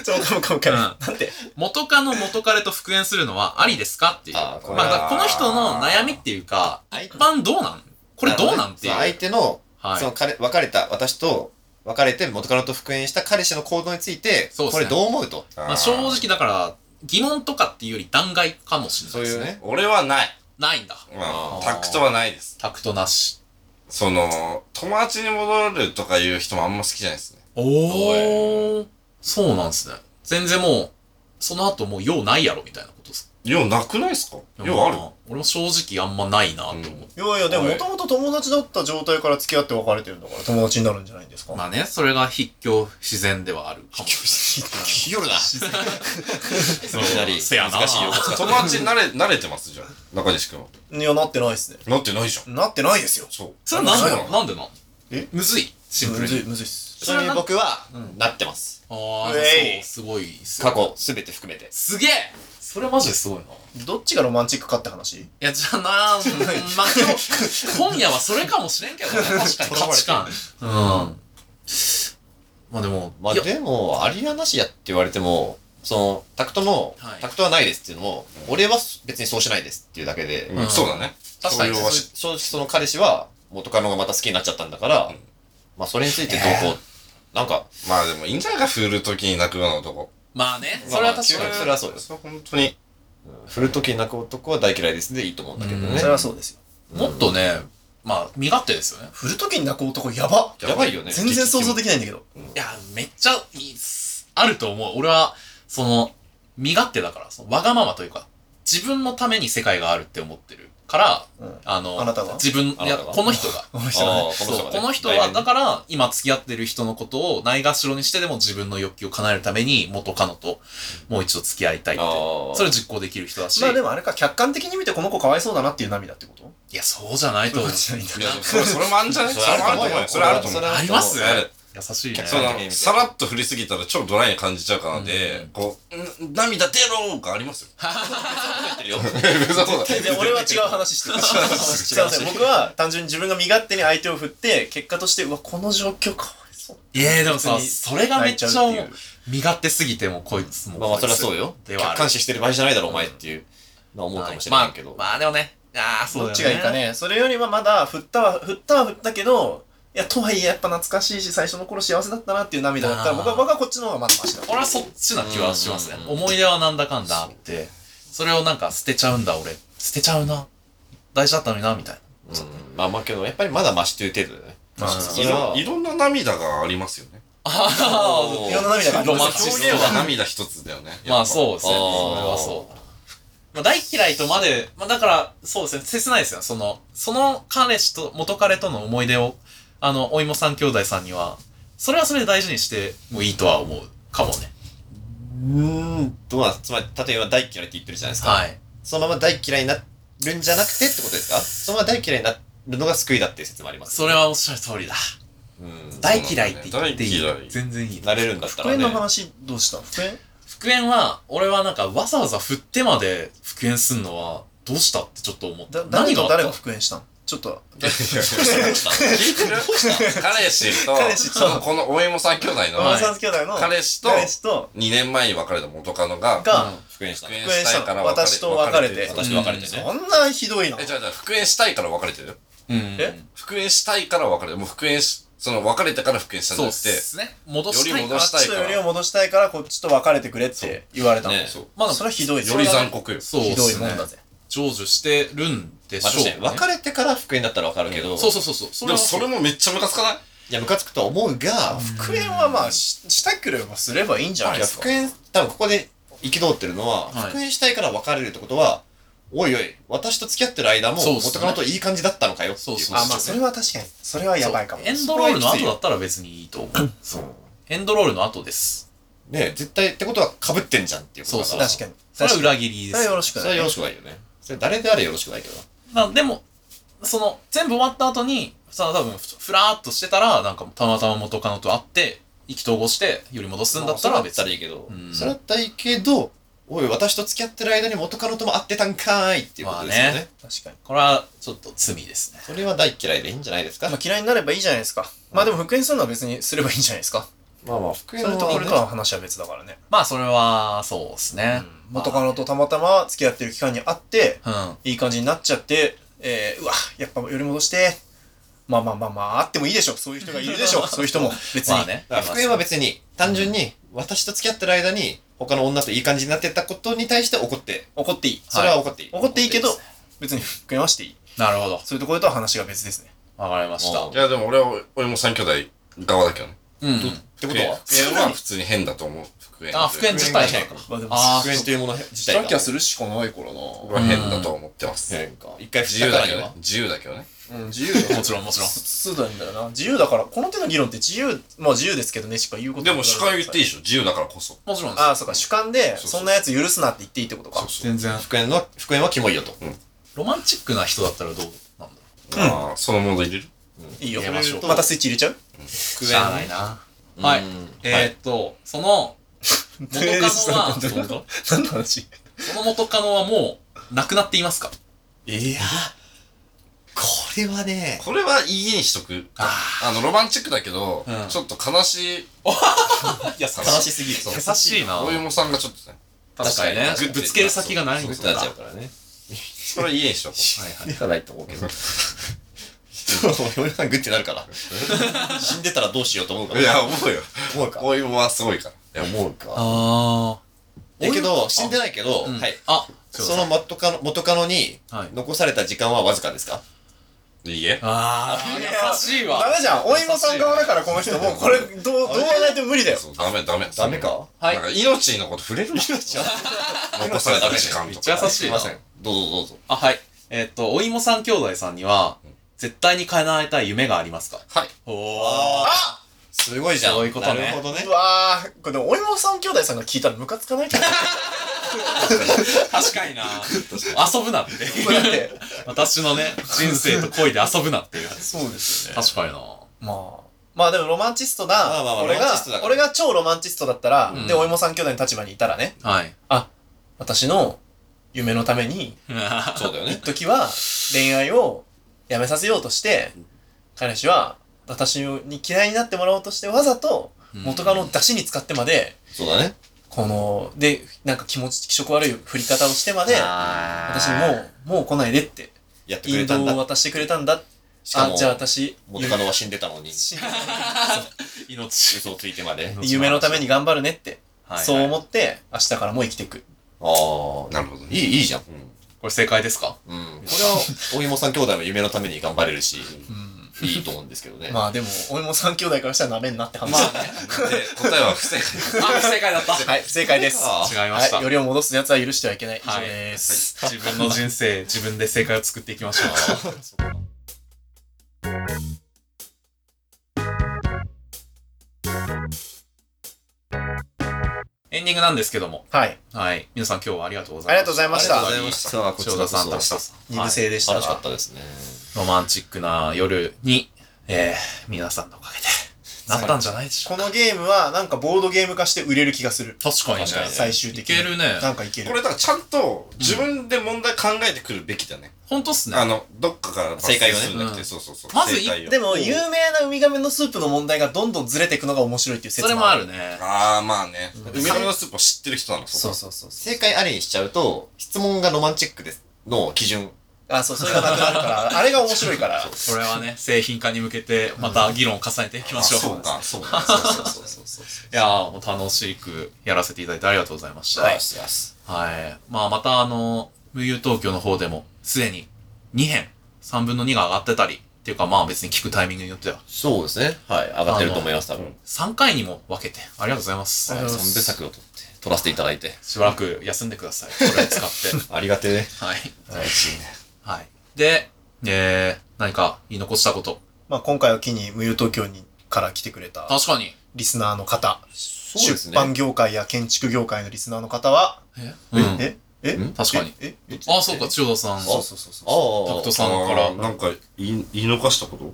Speaker 2: ょ、もう一回もう一回
Speaker 1: うん
Speaker 2: なんで
Speaker 1: 元カノ元彼と復縁するのはありですかっていう。
Speaker 3: あーこれ
Speaker 1: まあ、
Speaker 3: は
Speaker 1: だからこの人の悩みっていうか、
Speaker 3: 相
Speaker 1: 一般どうなんこれどうなんっていう。
Speaker 3: そ相手の、
Speaker 1: はい
Speaker 3: その彼別れた、私と別れて元カノと復縁した彼氏の行動について、
Speaker 1: そうです
Speaker 3: こ
Speaker 1: ね
Speaker 3: れどう思うと。
Speaker 1: まあ、正直だから、疑問とかっていうより断崖かもしれな
Speaker 3: そ
Speaker 1: いうです
Speaker 3: い
Speaker 1: ね。
Speaker 3: うね。
Speaker 4: 俺はない。
Speaker 1: ないんだ。
Speaker 4: うん
Speaker 3: あー
Speaker 4: タクトはないです。
Speaker 1: タクトなし。
Speaker 4: その、友達に戻るとかいう人もあんま好きじゃないですね。
Speaker 1: おー。そうなんですね。全然もう、その後もう用ないやろみたいなことですか
Speaker 4: ようなくないですかようある
Speaker 1: ま俺も正直あんまないなと思って、
Speaker 4: うん
Speaker 2: いやいや、でも
Speaker 4: おい
Speaker 2: もともと友達だった状態から付き合って別れてるんだから友達になるんじゃないんですか
Speaker 1: まあねそれが筆境自然ではあるかも
Speaker 3: ひよ るな。
Speaker 1: そう
Speaker 3: いきなり
Speaker 1: せやな
Speaker 3: 難しいよ
Speaker 4: 友達になれ、 慣れてますじゃん。中西くんは。
Speaker 2: いや、なってないですね。
Speaker 4: なってないじゃん。
Speaker 2: なってないですよ。
Speaker 4: そう。
Speaker 1: それはなんで
Speaker 4: そう
Speaker 1: なのなんでなの
Speaker 2: え
Speaker 1: むずいシンプル
Speaker 2: むずい、
Speaker 1: に
Speaker 2: むずいっす。
Speaker 3: ちなみに僕は、なってます。
Speaker 1: ああ
Speaker 2: うえい
Speaker 1: そうすごいっすよ
Speaker 3: 過去、すべて含めて。
Speaker 1: すげえそれマジですごいない
Speaker 2: どっちがロマンチックかって話
Speaker 1: やじゃあなうんまあ今日今夜はそれかもしれんけどね確かに価値観うんまあでも、
Speaker 3: まあ
Speaker 1: いや
Speaker 3: でも、ありやなしやって言われても、その、タクトの、
Speaker 1: はい
Speaker 3: タクトはないですっていうのも、俺は別にそうしないですっていうだけで、
Speaker 4: うんそうだね。
Speaker 1: 確かに
Speaker 4: そう
Speaker 1: そ
Speaker 4: いうわ
Speaker 1: う
Speaker 4: し
Speaker 3: 正直その彼氏は元カノがまた好きになっちゃったんだから、まあそれについてどうこう、なんか、
Speaker 4: まあでも、いいんじゃないか、振るときに泣くような男。
Speaker 1: まあねそれは確か
Speaker 3: まあ
Speaker 1: に
Speaker 3: まあそれはそうです。
Speaker 4: それは本当に。
Speaker 3: 振るとき泣く男は大嫌いですでいいと思うんだけど
Speaker 1: うん
Speaker 3: ね
Speaker 2: そ。れはそうですよ。
Speaker 1: もっとねまあ身勝手ですよね
Speaker 2: 振る時に泣く男やば
Speaker 3: やばいよね。
Speaker 2: 全然想像できないんだけど。
Speaker 1: いや、めっちゃいいっす。あると思う。俺は、その、身勝手だから、そのわがままというか、自分のために世界があるって思ってるから、
Speaker 2: うん
Speaker 1: あの、
Speaker 2: あなたが
Speaker 1: 自分、
Speaker 3: あ
Speaker 1: い
Speaker 3: な
Speaker 1: や、
Speaker 3: たが
Speaker 1: この人が。
Speaker 2: この人がね
Speaker 3: あーこの人
Speaker 1: そ
Speaker 3: が
Speaker 1: う
Speaker 3: ね
Speaker 1: この人は、だから、今付き合ってる人のことをないがしろにしてでも自分の欲求を叶えるために、元カノともう一度付き合いたいって
Speaker 3: あ。ー
Speaker 1: それを実行できる人だし、
Speaker 2: まあでもあれか、客観的に見てこの子かわいそうだなっていう涙ってこと
Speaker 1: いや、そうじゃないと思う。
Speaker 2: そうじゃないんだ
Speaker 4: いや、でもそれ、それもあんじゃね
Speaker 3: それあると思うよ。
Speaker 4: それあると思
Speaker 3: そ
Speaker 4: う
Speaker 3: れ
Speaker 4: よ。
Speaker 3: は
Speaker 1: あり
Speaker 3: と思
Speaker 1: ま
Speaker 3: う
Speaker 1: す
Speaker 4: ある
Speaker 1: 優しいね。
Speaker 4: そ
Speaker 3: 客観的に
Speaker 4: の、
Speaker 3: 見て
Speaker 4: さらっと振りすぎたら超ドライに感じちゃうから
Speaker 1: う
Speaker 4: で
Speaker 1: ん、
Speaker 4: こう、ん涙出ろーがありますよ。
Speaker 3: 入ってるよ
Speaker 4: 嘘 そうだ。
Speaker 2: いや俺は違う話してる。すいません、僕は単純に自分が身勝手に相手を振って、結果として、うわ、この状況かわいそう。
Speaker 1: いや、でも
Speaker 2: 普
Speaker 1: さ、
Speaker 2: 通に
Speaker 1: それがめっちゃ
Speaker 2: 泣いち
Speaker 1: 思
Speaker 2: ゃう
Speaker 1: う
Speaker 2: ってい。
Speaker 1: 身勝手すぎてもこいつも。
Speaker 3: まあまあそれはそうよ。
Speaker 1: で
Speaker 3: 客
Speaker 1: はある
Speaker 3: 観視してる場合じゃないだろ、お前っていうのは思うかもしれないけど。
Speaker 1: まあ、まあでもね。ああ、そうだ
Speaker 2: どっ
Speaker 1: よ
Speaker 2: ちがいいか。ね。それよりはまだ、振ったは、振ったは振ったけど、いや、とはいえやっぱ懐かしいし、最初の頃幸せだったなっていう涙だった
Speaker 1: あ
Speaker 2: ら、
Speaker 1: ー
Speaker 2: 僕は、僕はこっちの方がまだマシだ。
Speaker 1: 俺はそっちな気はしますね
Speaker 3: うん。うんうん
Speaker 1: 思い出はなんだかんだあって、それをなんか捨てちゃうんだ俺。捨てちゃうな。大事だったのにな、み たい
Speaker 3: うんまあまあけど、やっぱりまだマシという程度だね。
Speaker 1: な。
Speaker 2: まあ
Speaker 3: そ
Speaker 4: い
Speaker 3: れは
Speaker 4: ろいろんな涙がありますよね。
Speaker 1: あ
Speaker 2: いろんな涙があります
Speaker 1: ロマンチ
Speaker 4: 表
Speaker 1: ス
Speaker 4: 現は涙一つだよね。
Speaker 1: あ、まあそうですね。
Speaker 3: あー
Speaker 1: それはそう。まあ大嫌いとまで、まあだから、そうですね。切ないですよ。その、その彼氏と、元彼との思い出を、あの、お芋さん兄弟さんには、それはそれで大事にしてもいいとは思うかもね。
Speaker 3: うーん、どうなんですかつまり、例えば大嫌いって言ってるじゃないですか。
Speaker 1: はい。
Speaker 3: そのまま大嫌いにな、るんじゃなくてってことですかそのまま大嫌いになるのが救いだっていう説もあります。
Speaker 1: それはおっしゃる通りだ。
Speaker 3: うん。
Speaker 1: 大嫌いって言っていい。
Speaker 4: そうだね大嫌い
Speaker 1: 全然いい。
Speaker 3: なれるんだった
Speaker 2: 復
Speaker 3: ら
Speaker 2: 縁
Speaker 3: ね
Speaker 2: の。話どうした復縁
Speaker 1: 復縁は、俺はなんかわざわざ振ってまで復縁すんのは、どうしたってちょっと思った。
Speaker 2: だ誰と誰
Speaker 1: あ
Speaker 2: が
Speaker 1: っ
Speaker 2: 復縁したのちょっと
Speaker 4: 彼氏と、
Speaker 2: 彼氏と
Speaker 4: そうこのお芋さん兄弟の、
Speaker 1: はい
Speaker 2: 山三兄弟の
Speaker 4: 彼氏と
Speaker 2: 彼氏と
Speaker 4: 2年前に別れた元カノが、
Speaker 1: た
Speaker 2: が
Speaker 1: うん
Speaker 3: 復縁した
Speaker 4: 復
Speaker 3: の。
Speaker 4: 縁したいから
Speaker 2: 私と別れて
Speaker 3: 私と別れてね。
Speaker 2: そんなひどいな
Speaker 4: え、じゃあじゃあ復縁したいから別れてるよ。
Speaker 1: うん。
Speaker 2: え
Speaker 4: 復縁したいから別れてる。もう復縁し、その別れてから復縁したんじ
Speaker 1: そ
Speaker 4: ゃ
Speaker 1: う
Speaker 4: な
Speaker 1: っ
Speaker 4: くて、
Speaker 1: すね。戻したい
Speaker 4: より
Speaker 1: か
Speaker 4: 戻
Speaker 1: ら
Speaker 4: し。たい
Speaker 2: ちょっとよりを戻したいからこっちと別れてくれって言われたの
Speaker 3: ね
Speaker 4: そう
Speaker 1: まだ
Speaker 2: それはひどい
Speaker 4: より残酷よ。
Speaker 1: そう
Speaker 2: ひ
Speaker 1: っ
Speaker 2: どい
Speaker 1: す
Speaker 2: もん
Speaker 1: ね
Speaker 2: だ。ぜ
Speaker 1: 成就してるんで
Speaker 3: まあ
Speaker 1: しょ
Speaker 3: 確
Speaker 1: う、
Speaker 3: か
Speaker 1: ね
Speaker 3: に。別れてから復縁だったらわかるけど、
Speaker 1: そうそうそうそう。そ
Speaker 4: で
Speaker 1: れ
Speaker 4: も
Speaker 1: は
Speaker 4: それもめっちゃムカつかない
Speaker 3: いや、ムカつくとは思うが、
Speaker 2: 復縁はまあししたければすればいいんじゃない
Speaker 3: い
Speaker 2: で
Speaker 3: や、
Speaker 2: すか
Speaker 3: 復縁、多分ここで憤ってるのは、
Speaker 1: はい
Speaker 3: 復縁したいから別れるってことは、おいおい、私と付き合ってる間も、
Speaker 1: そうっすね
Speaker 3: 元カノといい感じだったのかよってい
Speaker 1: そう
Speaker 3: う。
Speaker 1: そう
Speaker 2: あまあそれは確かにそれはやばいかも
Speaker 1: エンドロールの後だったら別にいいと思う。
Speaker 3: そう
Speaker 1: エンドロールの後です。
Speaker 3: ね絶対ってことは被ってんじゃんっていうことだ
Speaker 1: そう
Speaker 3: から。
Speaker 2: 確かに
Speaker 1: それは
Speaker 2: 確か
Speaker 1: 裏切り
Speaker 2: に
Speaker 1: で
Speaker 2: そ
Speaker 1: す
Speaker 2: れはよ。ろしく
Speaker 3: それ
Speaker 2: な
Speaker 3: はいよろしくないよね。それ誰であれよろしくないけどな。
Speaker 1: なでも、その、全部終わった後に、さ、多分、ふふらーっとしてたら、なんか、たまたま元カノと会って、意気投合して、より戻すんだった
Speaker 3: ま
Speaker 1: ら
Speaker 3: あ
Speaker 1: 別
Speaker 3: それ
Speaker 1: に。
Speaker 3: だったらいいけど、
Speaker 1: うん
Speaker 3: それだったらいいけど、おい、私と付き合ってる間に元カノとも会ってたんかーいっていうことですよね。
Speaker 1: まあね
Speaker 2: 確かに
Speaker 1: これは、ちょっと罪ですね。
Speaker 3: それは大嫌いでいいんじゃないですか。
Speaker 2: まあ嫌いになればいいじゃないですかまあでも復縁するのは別にすればいいんじゃないですか
Speaker 3: まあまあ、復
Speaker 2: それとこれとは話は別だからね
Speaker 1: まあ、それは、そうですね。
Speaker 2: 元カノとたまたま付き合ってる期間にあって
Speaker 1: うん。
Speaker 2: いい感じになっちゃって、えー、うわ、やっぱより戻して、まあまあまあまあ、あってもいいでしょ。そういう人がいるでしょ。そういう人も別に。
Speaker 1: まあね。
Speaker 3: だから復縁は別に、単純に、私と付き合ってる間に、他の女といい感じになってたことに対して怒って、
Speaker 2: 怒っていい。
Speaker 3: それは怒っていい。
Speaker 2: 怒っていいけど
Speaker 3: 怒で、
Speaker 2: 別に復縁はしていい。
Speaker 1: なるほど。
Speaker 2: そういうところとは話が別ですね。
Speaker 1: わかりました。
Speaker 4: いや、でも俺は、俺も三兄弟側だけどね。
Speaker 1: うん。
Speaker 3: すってことは
Speaker 4: 復縁は普通に変だと思う。復縁。
Speaker 1: あ、復縁
Speaker 3: 縁
Speaker 1: 自
Speaker 3: 自
Speaker 1: 体
Speaker 3: 体
Speaker 1: 変
Speaker 3: 変
Speaker 1: か
Speaker 3: か。
Speaker 2: まあでも
Speaker 1: あ
Speaker 3: 復縁というもの自体が。
Speaker 2: るしかないからな。
Speaker 4: 僕は変だと思ってます。
Speaker 3: 変か。一回
Speaker 4: 自
Speaker 3: 振っ
Speaker 4: 由
Speaker 3: たから
Speaker 4: だけ
Speaker 3: に
Speaker 4: ど
Speaker 3: は
Speaker 4: ね。。自由だけどね。
Speaker 2: うん、自由だ
Speaker 1: もちろんもちろん
Speaker 2: そうなんだよな。自由だから、この手の議論って自由、まあ自由ですけどね、しか言うこと
Speaker 4: でも主観言っていい
Speaker 2: い。
Speaker 4: でしょ自由だからこそ。
Speaker 1: もちろんです。
Speaker 2: ああ、そうか、主観で、
Speaker 4: そうそう
Speaker 2: そんなやつ許すなって言っていいってことか。
Speaker 4: そう。
Speaker 1: 全然。
Speaker 3: 復縁の、復縁はキモいよと。
Speaker 1: ロマンチックな人だったらどうなんだろ
Speaker 4: ああ、そのモード入れる
Speaker 2: いいよ。
Speaker 1: 入れましょう
Speaker 2: またスイッチ入れちゃう
Speaker 1: う。
Speaker 3: 復
Speaker 1: しゃあないな。
Speaker 3: 縁。
Speaker 1: はい
Speaker 3: うん。
Speaker 1: えーっと、その、元 カノは、
Speaker 2: どういうこと何の話
Speaker 1: その元カノはもう、亡くなっていますか
Speaker 3: いやこれはね、
Speaker 4: これはいいにしとく。
Speaker 1: あ
Speaker 4: あの、ロマンチックだけど
Speaker 1: うん、
Speaker 4: ちょっと悲しい。
Speaker 1: あ。優
Speaker 3: 悲しすぎる。
Speaker 1: 優しいな。
Speaker 4: お芋さんがちょっとね。
Speaker 1: 確かにね。ぶぶつける先がないん
Speaker 3: す
Speaker 1: ですか
Speaker 3: ごくな
Speaker 1: ら。
Speaker 3: っちゃ
Speaker 1: は
Speaker 3: うからね。
Speaker 4: それはいいにしとこ
Speaker 1: い
Speaker 4: う。
Speaker 1: はい。
Speaker 3: いかないと思うけど。そう、俺さんグッてなるから。死んでたらどうしようと思うから。
Speaker 4: いや、思うよ。
Speaker 3: 思うか。
Speaker 4: お芋はすごいから。
Speaker 3: いや、思うか。
Speaker 1: あ
Speaker 3: だけど、死んでないけど、
Speaker 1: あ。うん
Speaker 3: はい。。
Speaker 1: あ、
Speaker 3: その元カノ、元カノに
Speaker 1: はい
Speaker 3: 残された時間はわずかですか
Speaker 4: いいえ。
Speaker 1: ああ、優しいわ。
Speaker 2: ダメじゃん。お芋さん側だからこの人、もうこ れ、どう、どうやらないと無理だよ。
Speaker 4: そう、ダメ、ダメ。
Speaker 3: ダメか
Speaker 1: はい
Speaker 4: なんか命のこと触れるな。
Speaker 3: 命は
Speaker 4: 残された時間
Speaker 1: めっ
Speaker 4: と
Speaker 1: ちゃ
Speaker 4: か。
Speaker 1: 優しい
Speaker 3: い
Speaker 1: な
Speaker 3: ま。せん。どうぞどうぞ。
Speaker 1: あ、はい。えーっと、お芋さん兄弟さんには、絶対に叶えたい夢がありますか
Speaker 4: はい。
Speaker 1: おー。
Speaker 3: ああすごいじゃん。
Speaker 1: そういうことね
Speaker 3: なるほどね
Speaker 2: う。わー、これでもお芋さん兄弟さんが聞いたらムカつかない から。
Speaker 1: 確かにな。遊ぶな って。
Speaker 2: これだって。
Speaker 1: 私のね、人生と恋で遊ぶなっていう。
Speaker 2: そうですよね。
Speaker 1: 確かにな。
Speaker 2: まあ。まあでもロマンチスト
Speaker 3: ま
Speaker 2: な
Speaker 3: あまあま、あ
Speaker 2: 俺
Speaker 3: ロ
Speaker 2: が
Speaker 3: マンチストだ、から
Speaker 2: 俺が超ロマンチストだったら
Speaker 1: うん、
Speaker 2: で、お芋さん兄弟の立場にいたらね、
Speaker 1: はい。
Speaker 2: 私の夢のために、
Speaker 3: そうだよ
Speaker 2: 一
Speaker 3: ね。
Speaker 2: 時は恋愛をやめさせようとして、彼氏は私に嫌いになってもらおうとしてわざと元カノを出しに使ってまで、
Speaker 3: そうだね。
Speaker 2: この、で、なんか気持ち、気色悪い振り方をしてまで、私
Speaker 1: 私
Speaker 2: にもう、もう来ないでって、
Speaker 3: やってく
Speaker 2: 引
Speaker 3: れ
Speaker 2: 導
Speaker 3: たん
Speaker 2: を
Speaker 3: だ。
Speaker 2: 渡してくれたんだ。
Speaker 3: しか
Speaker 2: あ
Speaker 3: も、、
Speaker 2: じゃあ私、
Speaker 3: 元カノは死んでたのに、
Speaker 2: 死ん
Speaker 1: 命。
Speaker 3: 嘘をついて まで。
Speaker 2: 夢のために頑張るねって、
Speaker 1: はいはい
Speaker 2: そう思って、明日からもう生きていく。
Speaker 3: ああ。
Speaker 4: なるほど
Speaker 3: い
Speaker 4: ね。
Speaker 3: い、いいじゃん。
Speaker 1: これ正解ですか
Speaker 3: うん。これは、お芋さん兄弟も夢のために頑張れる し、いいと思うんですけどね。
Speaker 2: まあでも、俺も三兄弟からしたらなめんなって話。まあね。
Speaker 4: で、答えは不正解。
Speaker 1: あ、正解だった。
Speaker 2: はい、不正解です。
Speaker 3: あ
Speaker 1: 違いました。
Speaker 2: はい、よりを戻す奴は許してはいけない。以上
Speaker 1: はい
Speaker 2: です。
Speaker 1: 自分の人生、自分で正解を作っていきましょう。エンディングなんですけども、
Speaker 2: はい。
Speaker 1: はい。皆さん今日はありがとうございます。
Speaker 2: ありがとうございました
Speaker 4: ありがとうございました。
Speaker 3: あこち
Speaker 1: 塩
Speaker 3: らこ
Speaker 1: 田
Speaker 3: そ
Speaker 1: さん、高田さん。
Speaker 2: 二部制でしたが
Speaker 3: 楽しかったですね。
Speaker 1: ロマンチックな夜に、えー、皆さんのおかげで、なったんじゃないでしょ
Speaker 2: このゲームはなんかボードゲーム化して売れる気がする。
Speaker 1: うか。確かにね。
Speaker 3: 確かに
Speaker 2: 最終的に。
Speaker 1: いけるね
Speaker 2: なんかいける。
Speaker 4: これだからちゃんと自分で問題考えてくるべきだね。
Speaker 1: 本当っすね。
Speaker 4: あの、どっかから抜粋するんじゃな
Speaker 1: 正解をねう
Speaker 4: く
Speaker 1: ん
Speaker 4: て、そうそうそう。
Speaker 1: まずい
Speaker 4: 正解を
Speaker 2: でも、有名なウミガメのスープの問題がどんどんずれていくのが面白いっていう説
Speaker 1: それもある。ね。
Speaker 4: ああ、まあね。海ののスープを知ってる人なの、こ
Speaker 2: そうそうそうそう。
Speaker 3: 正解ありにしちゃうと、質問がロマンチックです。の基準。
Speaker 2: あ、そう、それがなくなるから、あれが面白いから。
Speaker 1: これはね、製品化に向けて、また議論を重ねていきま
Speaker 4: あ
Speaker 1: しょう。
Speaker 4: そうか、そうか。
Speaker 2: そうそうそうそうそう。
Speaker 1: いやー、もう楽しくやらせていただいてありがとうございました。
Speaker 3: は
Speaker 1: はいい。。まあ、またあの、無友東京の方でも、すでに2編、3分の2が上がってたり、っていうかまあ別に聞くタイミングによっては、
Speaker 3: そうですね。はい。上がってると思います、多分。
Speaker 1: 3回にも分けて、ありがとうございます。
Speaker 3: はい。3部作を取って、取らせていただいて。
Speaker 1: しばらく休んでください。これを使って。
Speaker 3: ありがてえ。
Speaker 1: はい。
Speaker 4: 嬉しいね。
Speaker 1: はい。で、えー、何か言い残したこと。
Speaker 2: まあ、今回を機に、無友東京にから来てくれた
Speaker 1: 確かに。
Speaker 2: リスナーの方、
Speaker 3: そうです
Speaker 2: 出
Speaker 3: ね。
Speaker 2: 版業界や建築業界のリスナーの方は、
Speaker 1: えうん。
Speaker 2: ええ
Speaker 3: ん
Speaker 1: 確かに。
Speaker 2: ええ
Speaker 1: あそうか、千代田さん。
Speaker 2: そうそうそうそう。
Speaker 1: タク
Speaker 3: あ
Speaker 1: ト
Speaker 3: あ。
Speaker 1: さんから。
Speaker 4: なんか言い、言い逃したこと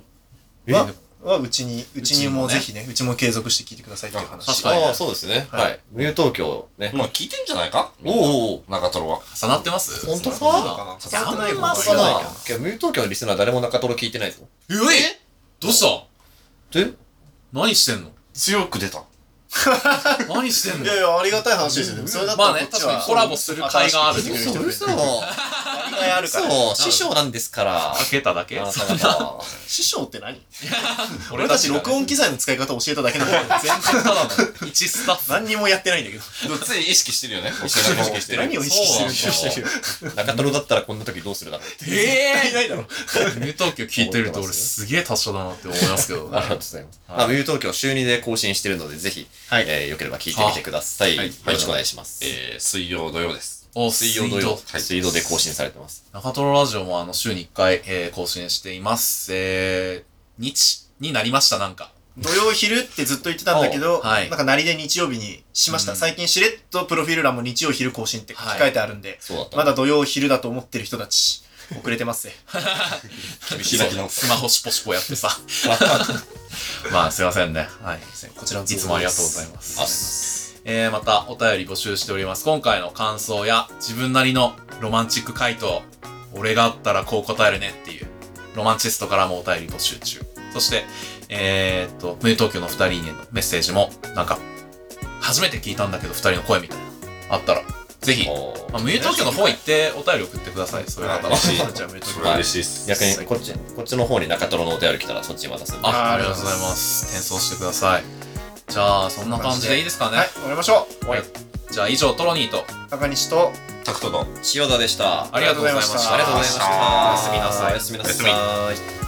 Speaker 1: え
Speaker 2: は、はうちに、うちに
Speaker 1: うちにも
Speaker 2: も
Speaker 1: ね
Speaker 2: ぜひね、うちも継続して聞いてくださいっていう話。
Speaker 1: 確かに
Speaker 3: ああ、そうですね。
Speaker 2: はい
Speaker 3: はい。ニュー東京ね。
Speaker 4: まあ聞いてんじゃないか
Speaker 3: おおお
Speaker 4: 中トロは。
Speaker 1: 重なってます
Speaker 3: 本当か
Speaker 1: そんな
Speaker 4: 重
Speaker 1: 重な
Speaker 2: な
Speaker 1: っ
Speaker 2: って
Speaker 1: ま
Speaker 2: てますす
Speaker 1: か
Speaker 2: か
Speaker 3: か
Speaker 1: な
Speaker 3: な。けど、ニュー東京のリスナー誰も中トロ聞いてないぞ。
Speaker 1: えうえどうした
Speaker 3: え
Speaker 1: 何してんの
Speaker 4: 強く出た。
Speaker 1: 何してん
Speaker 2: い
Speaker 1: の
Speaker 2: やいや、ありがたい話ですよね。それだったら
Speaker 1: まあね
Speaker 2: こっちは
Speaker 1: 確かにコラボする甲斐があるって
Speaker 2: 新
Speaker 1: こと
Speaker 2: しく聞いてくれる人
Speaker 3: 嘘。
Speaker 2: もね張りがいあるから。
Speaker 3: 嘘。師匠なんですから。
Speaker 1: 開けただけ
Speaker 3: あな
Speaker 1: そ
Speaker 3: た
Speaker 1: んな
Speaker 3: 方。
Speaker 2: 師匠って何
Speaker 1: 俺
Speaker 2: 俺
Speaker 1: た
Speaker 2: た
Speaker 1: ち
Speaker 2: ち
Speaker 1: がね
Speaker 2: 録音機材の使い方教えただけなのに、全
Speaker 1: 全然ただの一スタッフ。
Speaker 2: 何にもやってないんだけど。
Speaker 4: でも常に意識してるよね。意
Speaker 3: 識してる
Speaker 4: 識してる。
Speaker 2: 何を意識して
Speaker 1: そうなん
Speaker 2: る
Speaker 1: だ
Speaker 2: してる
Speaker 3: 中トロだったらこんな時どうするだろうって。
Speaker 1: え
Speaker 2: いないだろ。
Speaker 1: ぇ入東京聞いてると俺すげえ達者だなって思いますけど
Speaker 3: ありがと
Speaker 1: ね
Speaker 3: うご。ざいます。まあ、ウィー東京週2で更新してるので、ぜひ、
Speaker 2: はい
Speaker 3: えーよければ聞いてみてください。
Speaker 1: はい
Speaker 3: よろしくお願いします。
Speaker 4: えー、水曜土曜です。
Speaker 1: お、
Speaker 3: 水曜土曜、
Speaker 1: 水
Speaker 3: はい水曜で更新されてます。
Speaker 1: 中トロラジオもあの週に1回、えー更新しています。えー、日になりました、なんか。
Speaker 2: 土曜昼ってずっと言ってたんだけど、
Speaker 1: おはい
Speaker 2: なんかなりで日曜日にしました。
Speaker 1: うん
Speaker 2: 最近しれっとプロフィール欄も日曜昼更新って書き換えてあるんで、
Speaker 3: そうだった。
Speaker 2: まだ土曜昼だと思ってる人たち、遅れ てますね。
Speaker 4: 厳しいだけの。
Speaker 1: スマホシポシポやってさ。まあ、すいませんね。はい。
Speaker 2: こちら
Speaker 1: い
Speaker 2: の
Speaker 1: つもありがとうございま
Speaker 3: あ
Speaker 1: す。えー、またお便り募集しております。今回の感想や自分なりのロマンチック回答、俺があったらこう答えるねっていう、ロマンチストからもお便り募集中。そして、えー、っと、無東京の二人へのメッセージも、なんか、初めて聞いたんだけど二人の声みたいな、あったら、ぜひ、
Speaker 3: おー
Speaker 1: まあ、無友東京の方行ってお便り送ってください。そういう方は。
Speaker 4: 嬉しい
Speaker 1: じゃあ無友東
Speaker 4: そ
Speaker 1: 京
Speaker 4: れは嬉しいっす。
Speaker 3: 逆に、こっち、こっちの方に中トロのお便り来たら、そっちに渡すんで。
Speaker 1: あ、ありがとうございます。転送してください。じゃあ、そんな感じでいいですかね。
Speaker 2: はい、終わりましょ
Speaker 1: はい。じゃあ、以上、トロニーと、
Speaker 2: う。中西と、
Speaker 4: タクトの。
Speaker 3: 塩田でした。
Speaker 1: ありがとうございました。
Speaker 2: あり
Speaker 3: がとうございました
Speaker 1: おやすみなさい。
Speaker 3: おやすみなさい。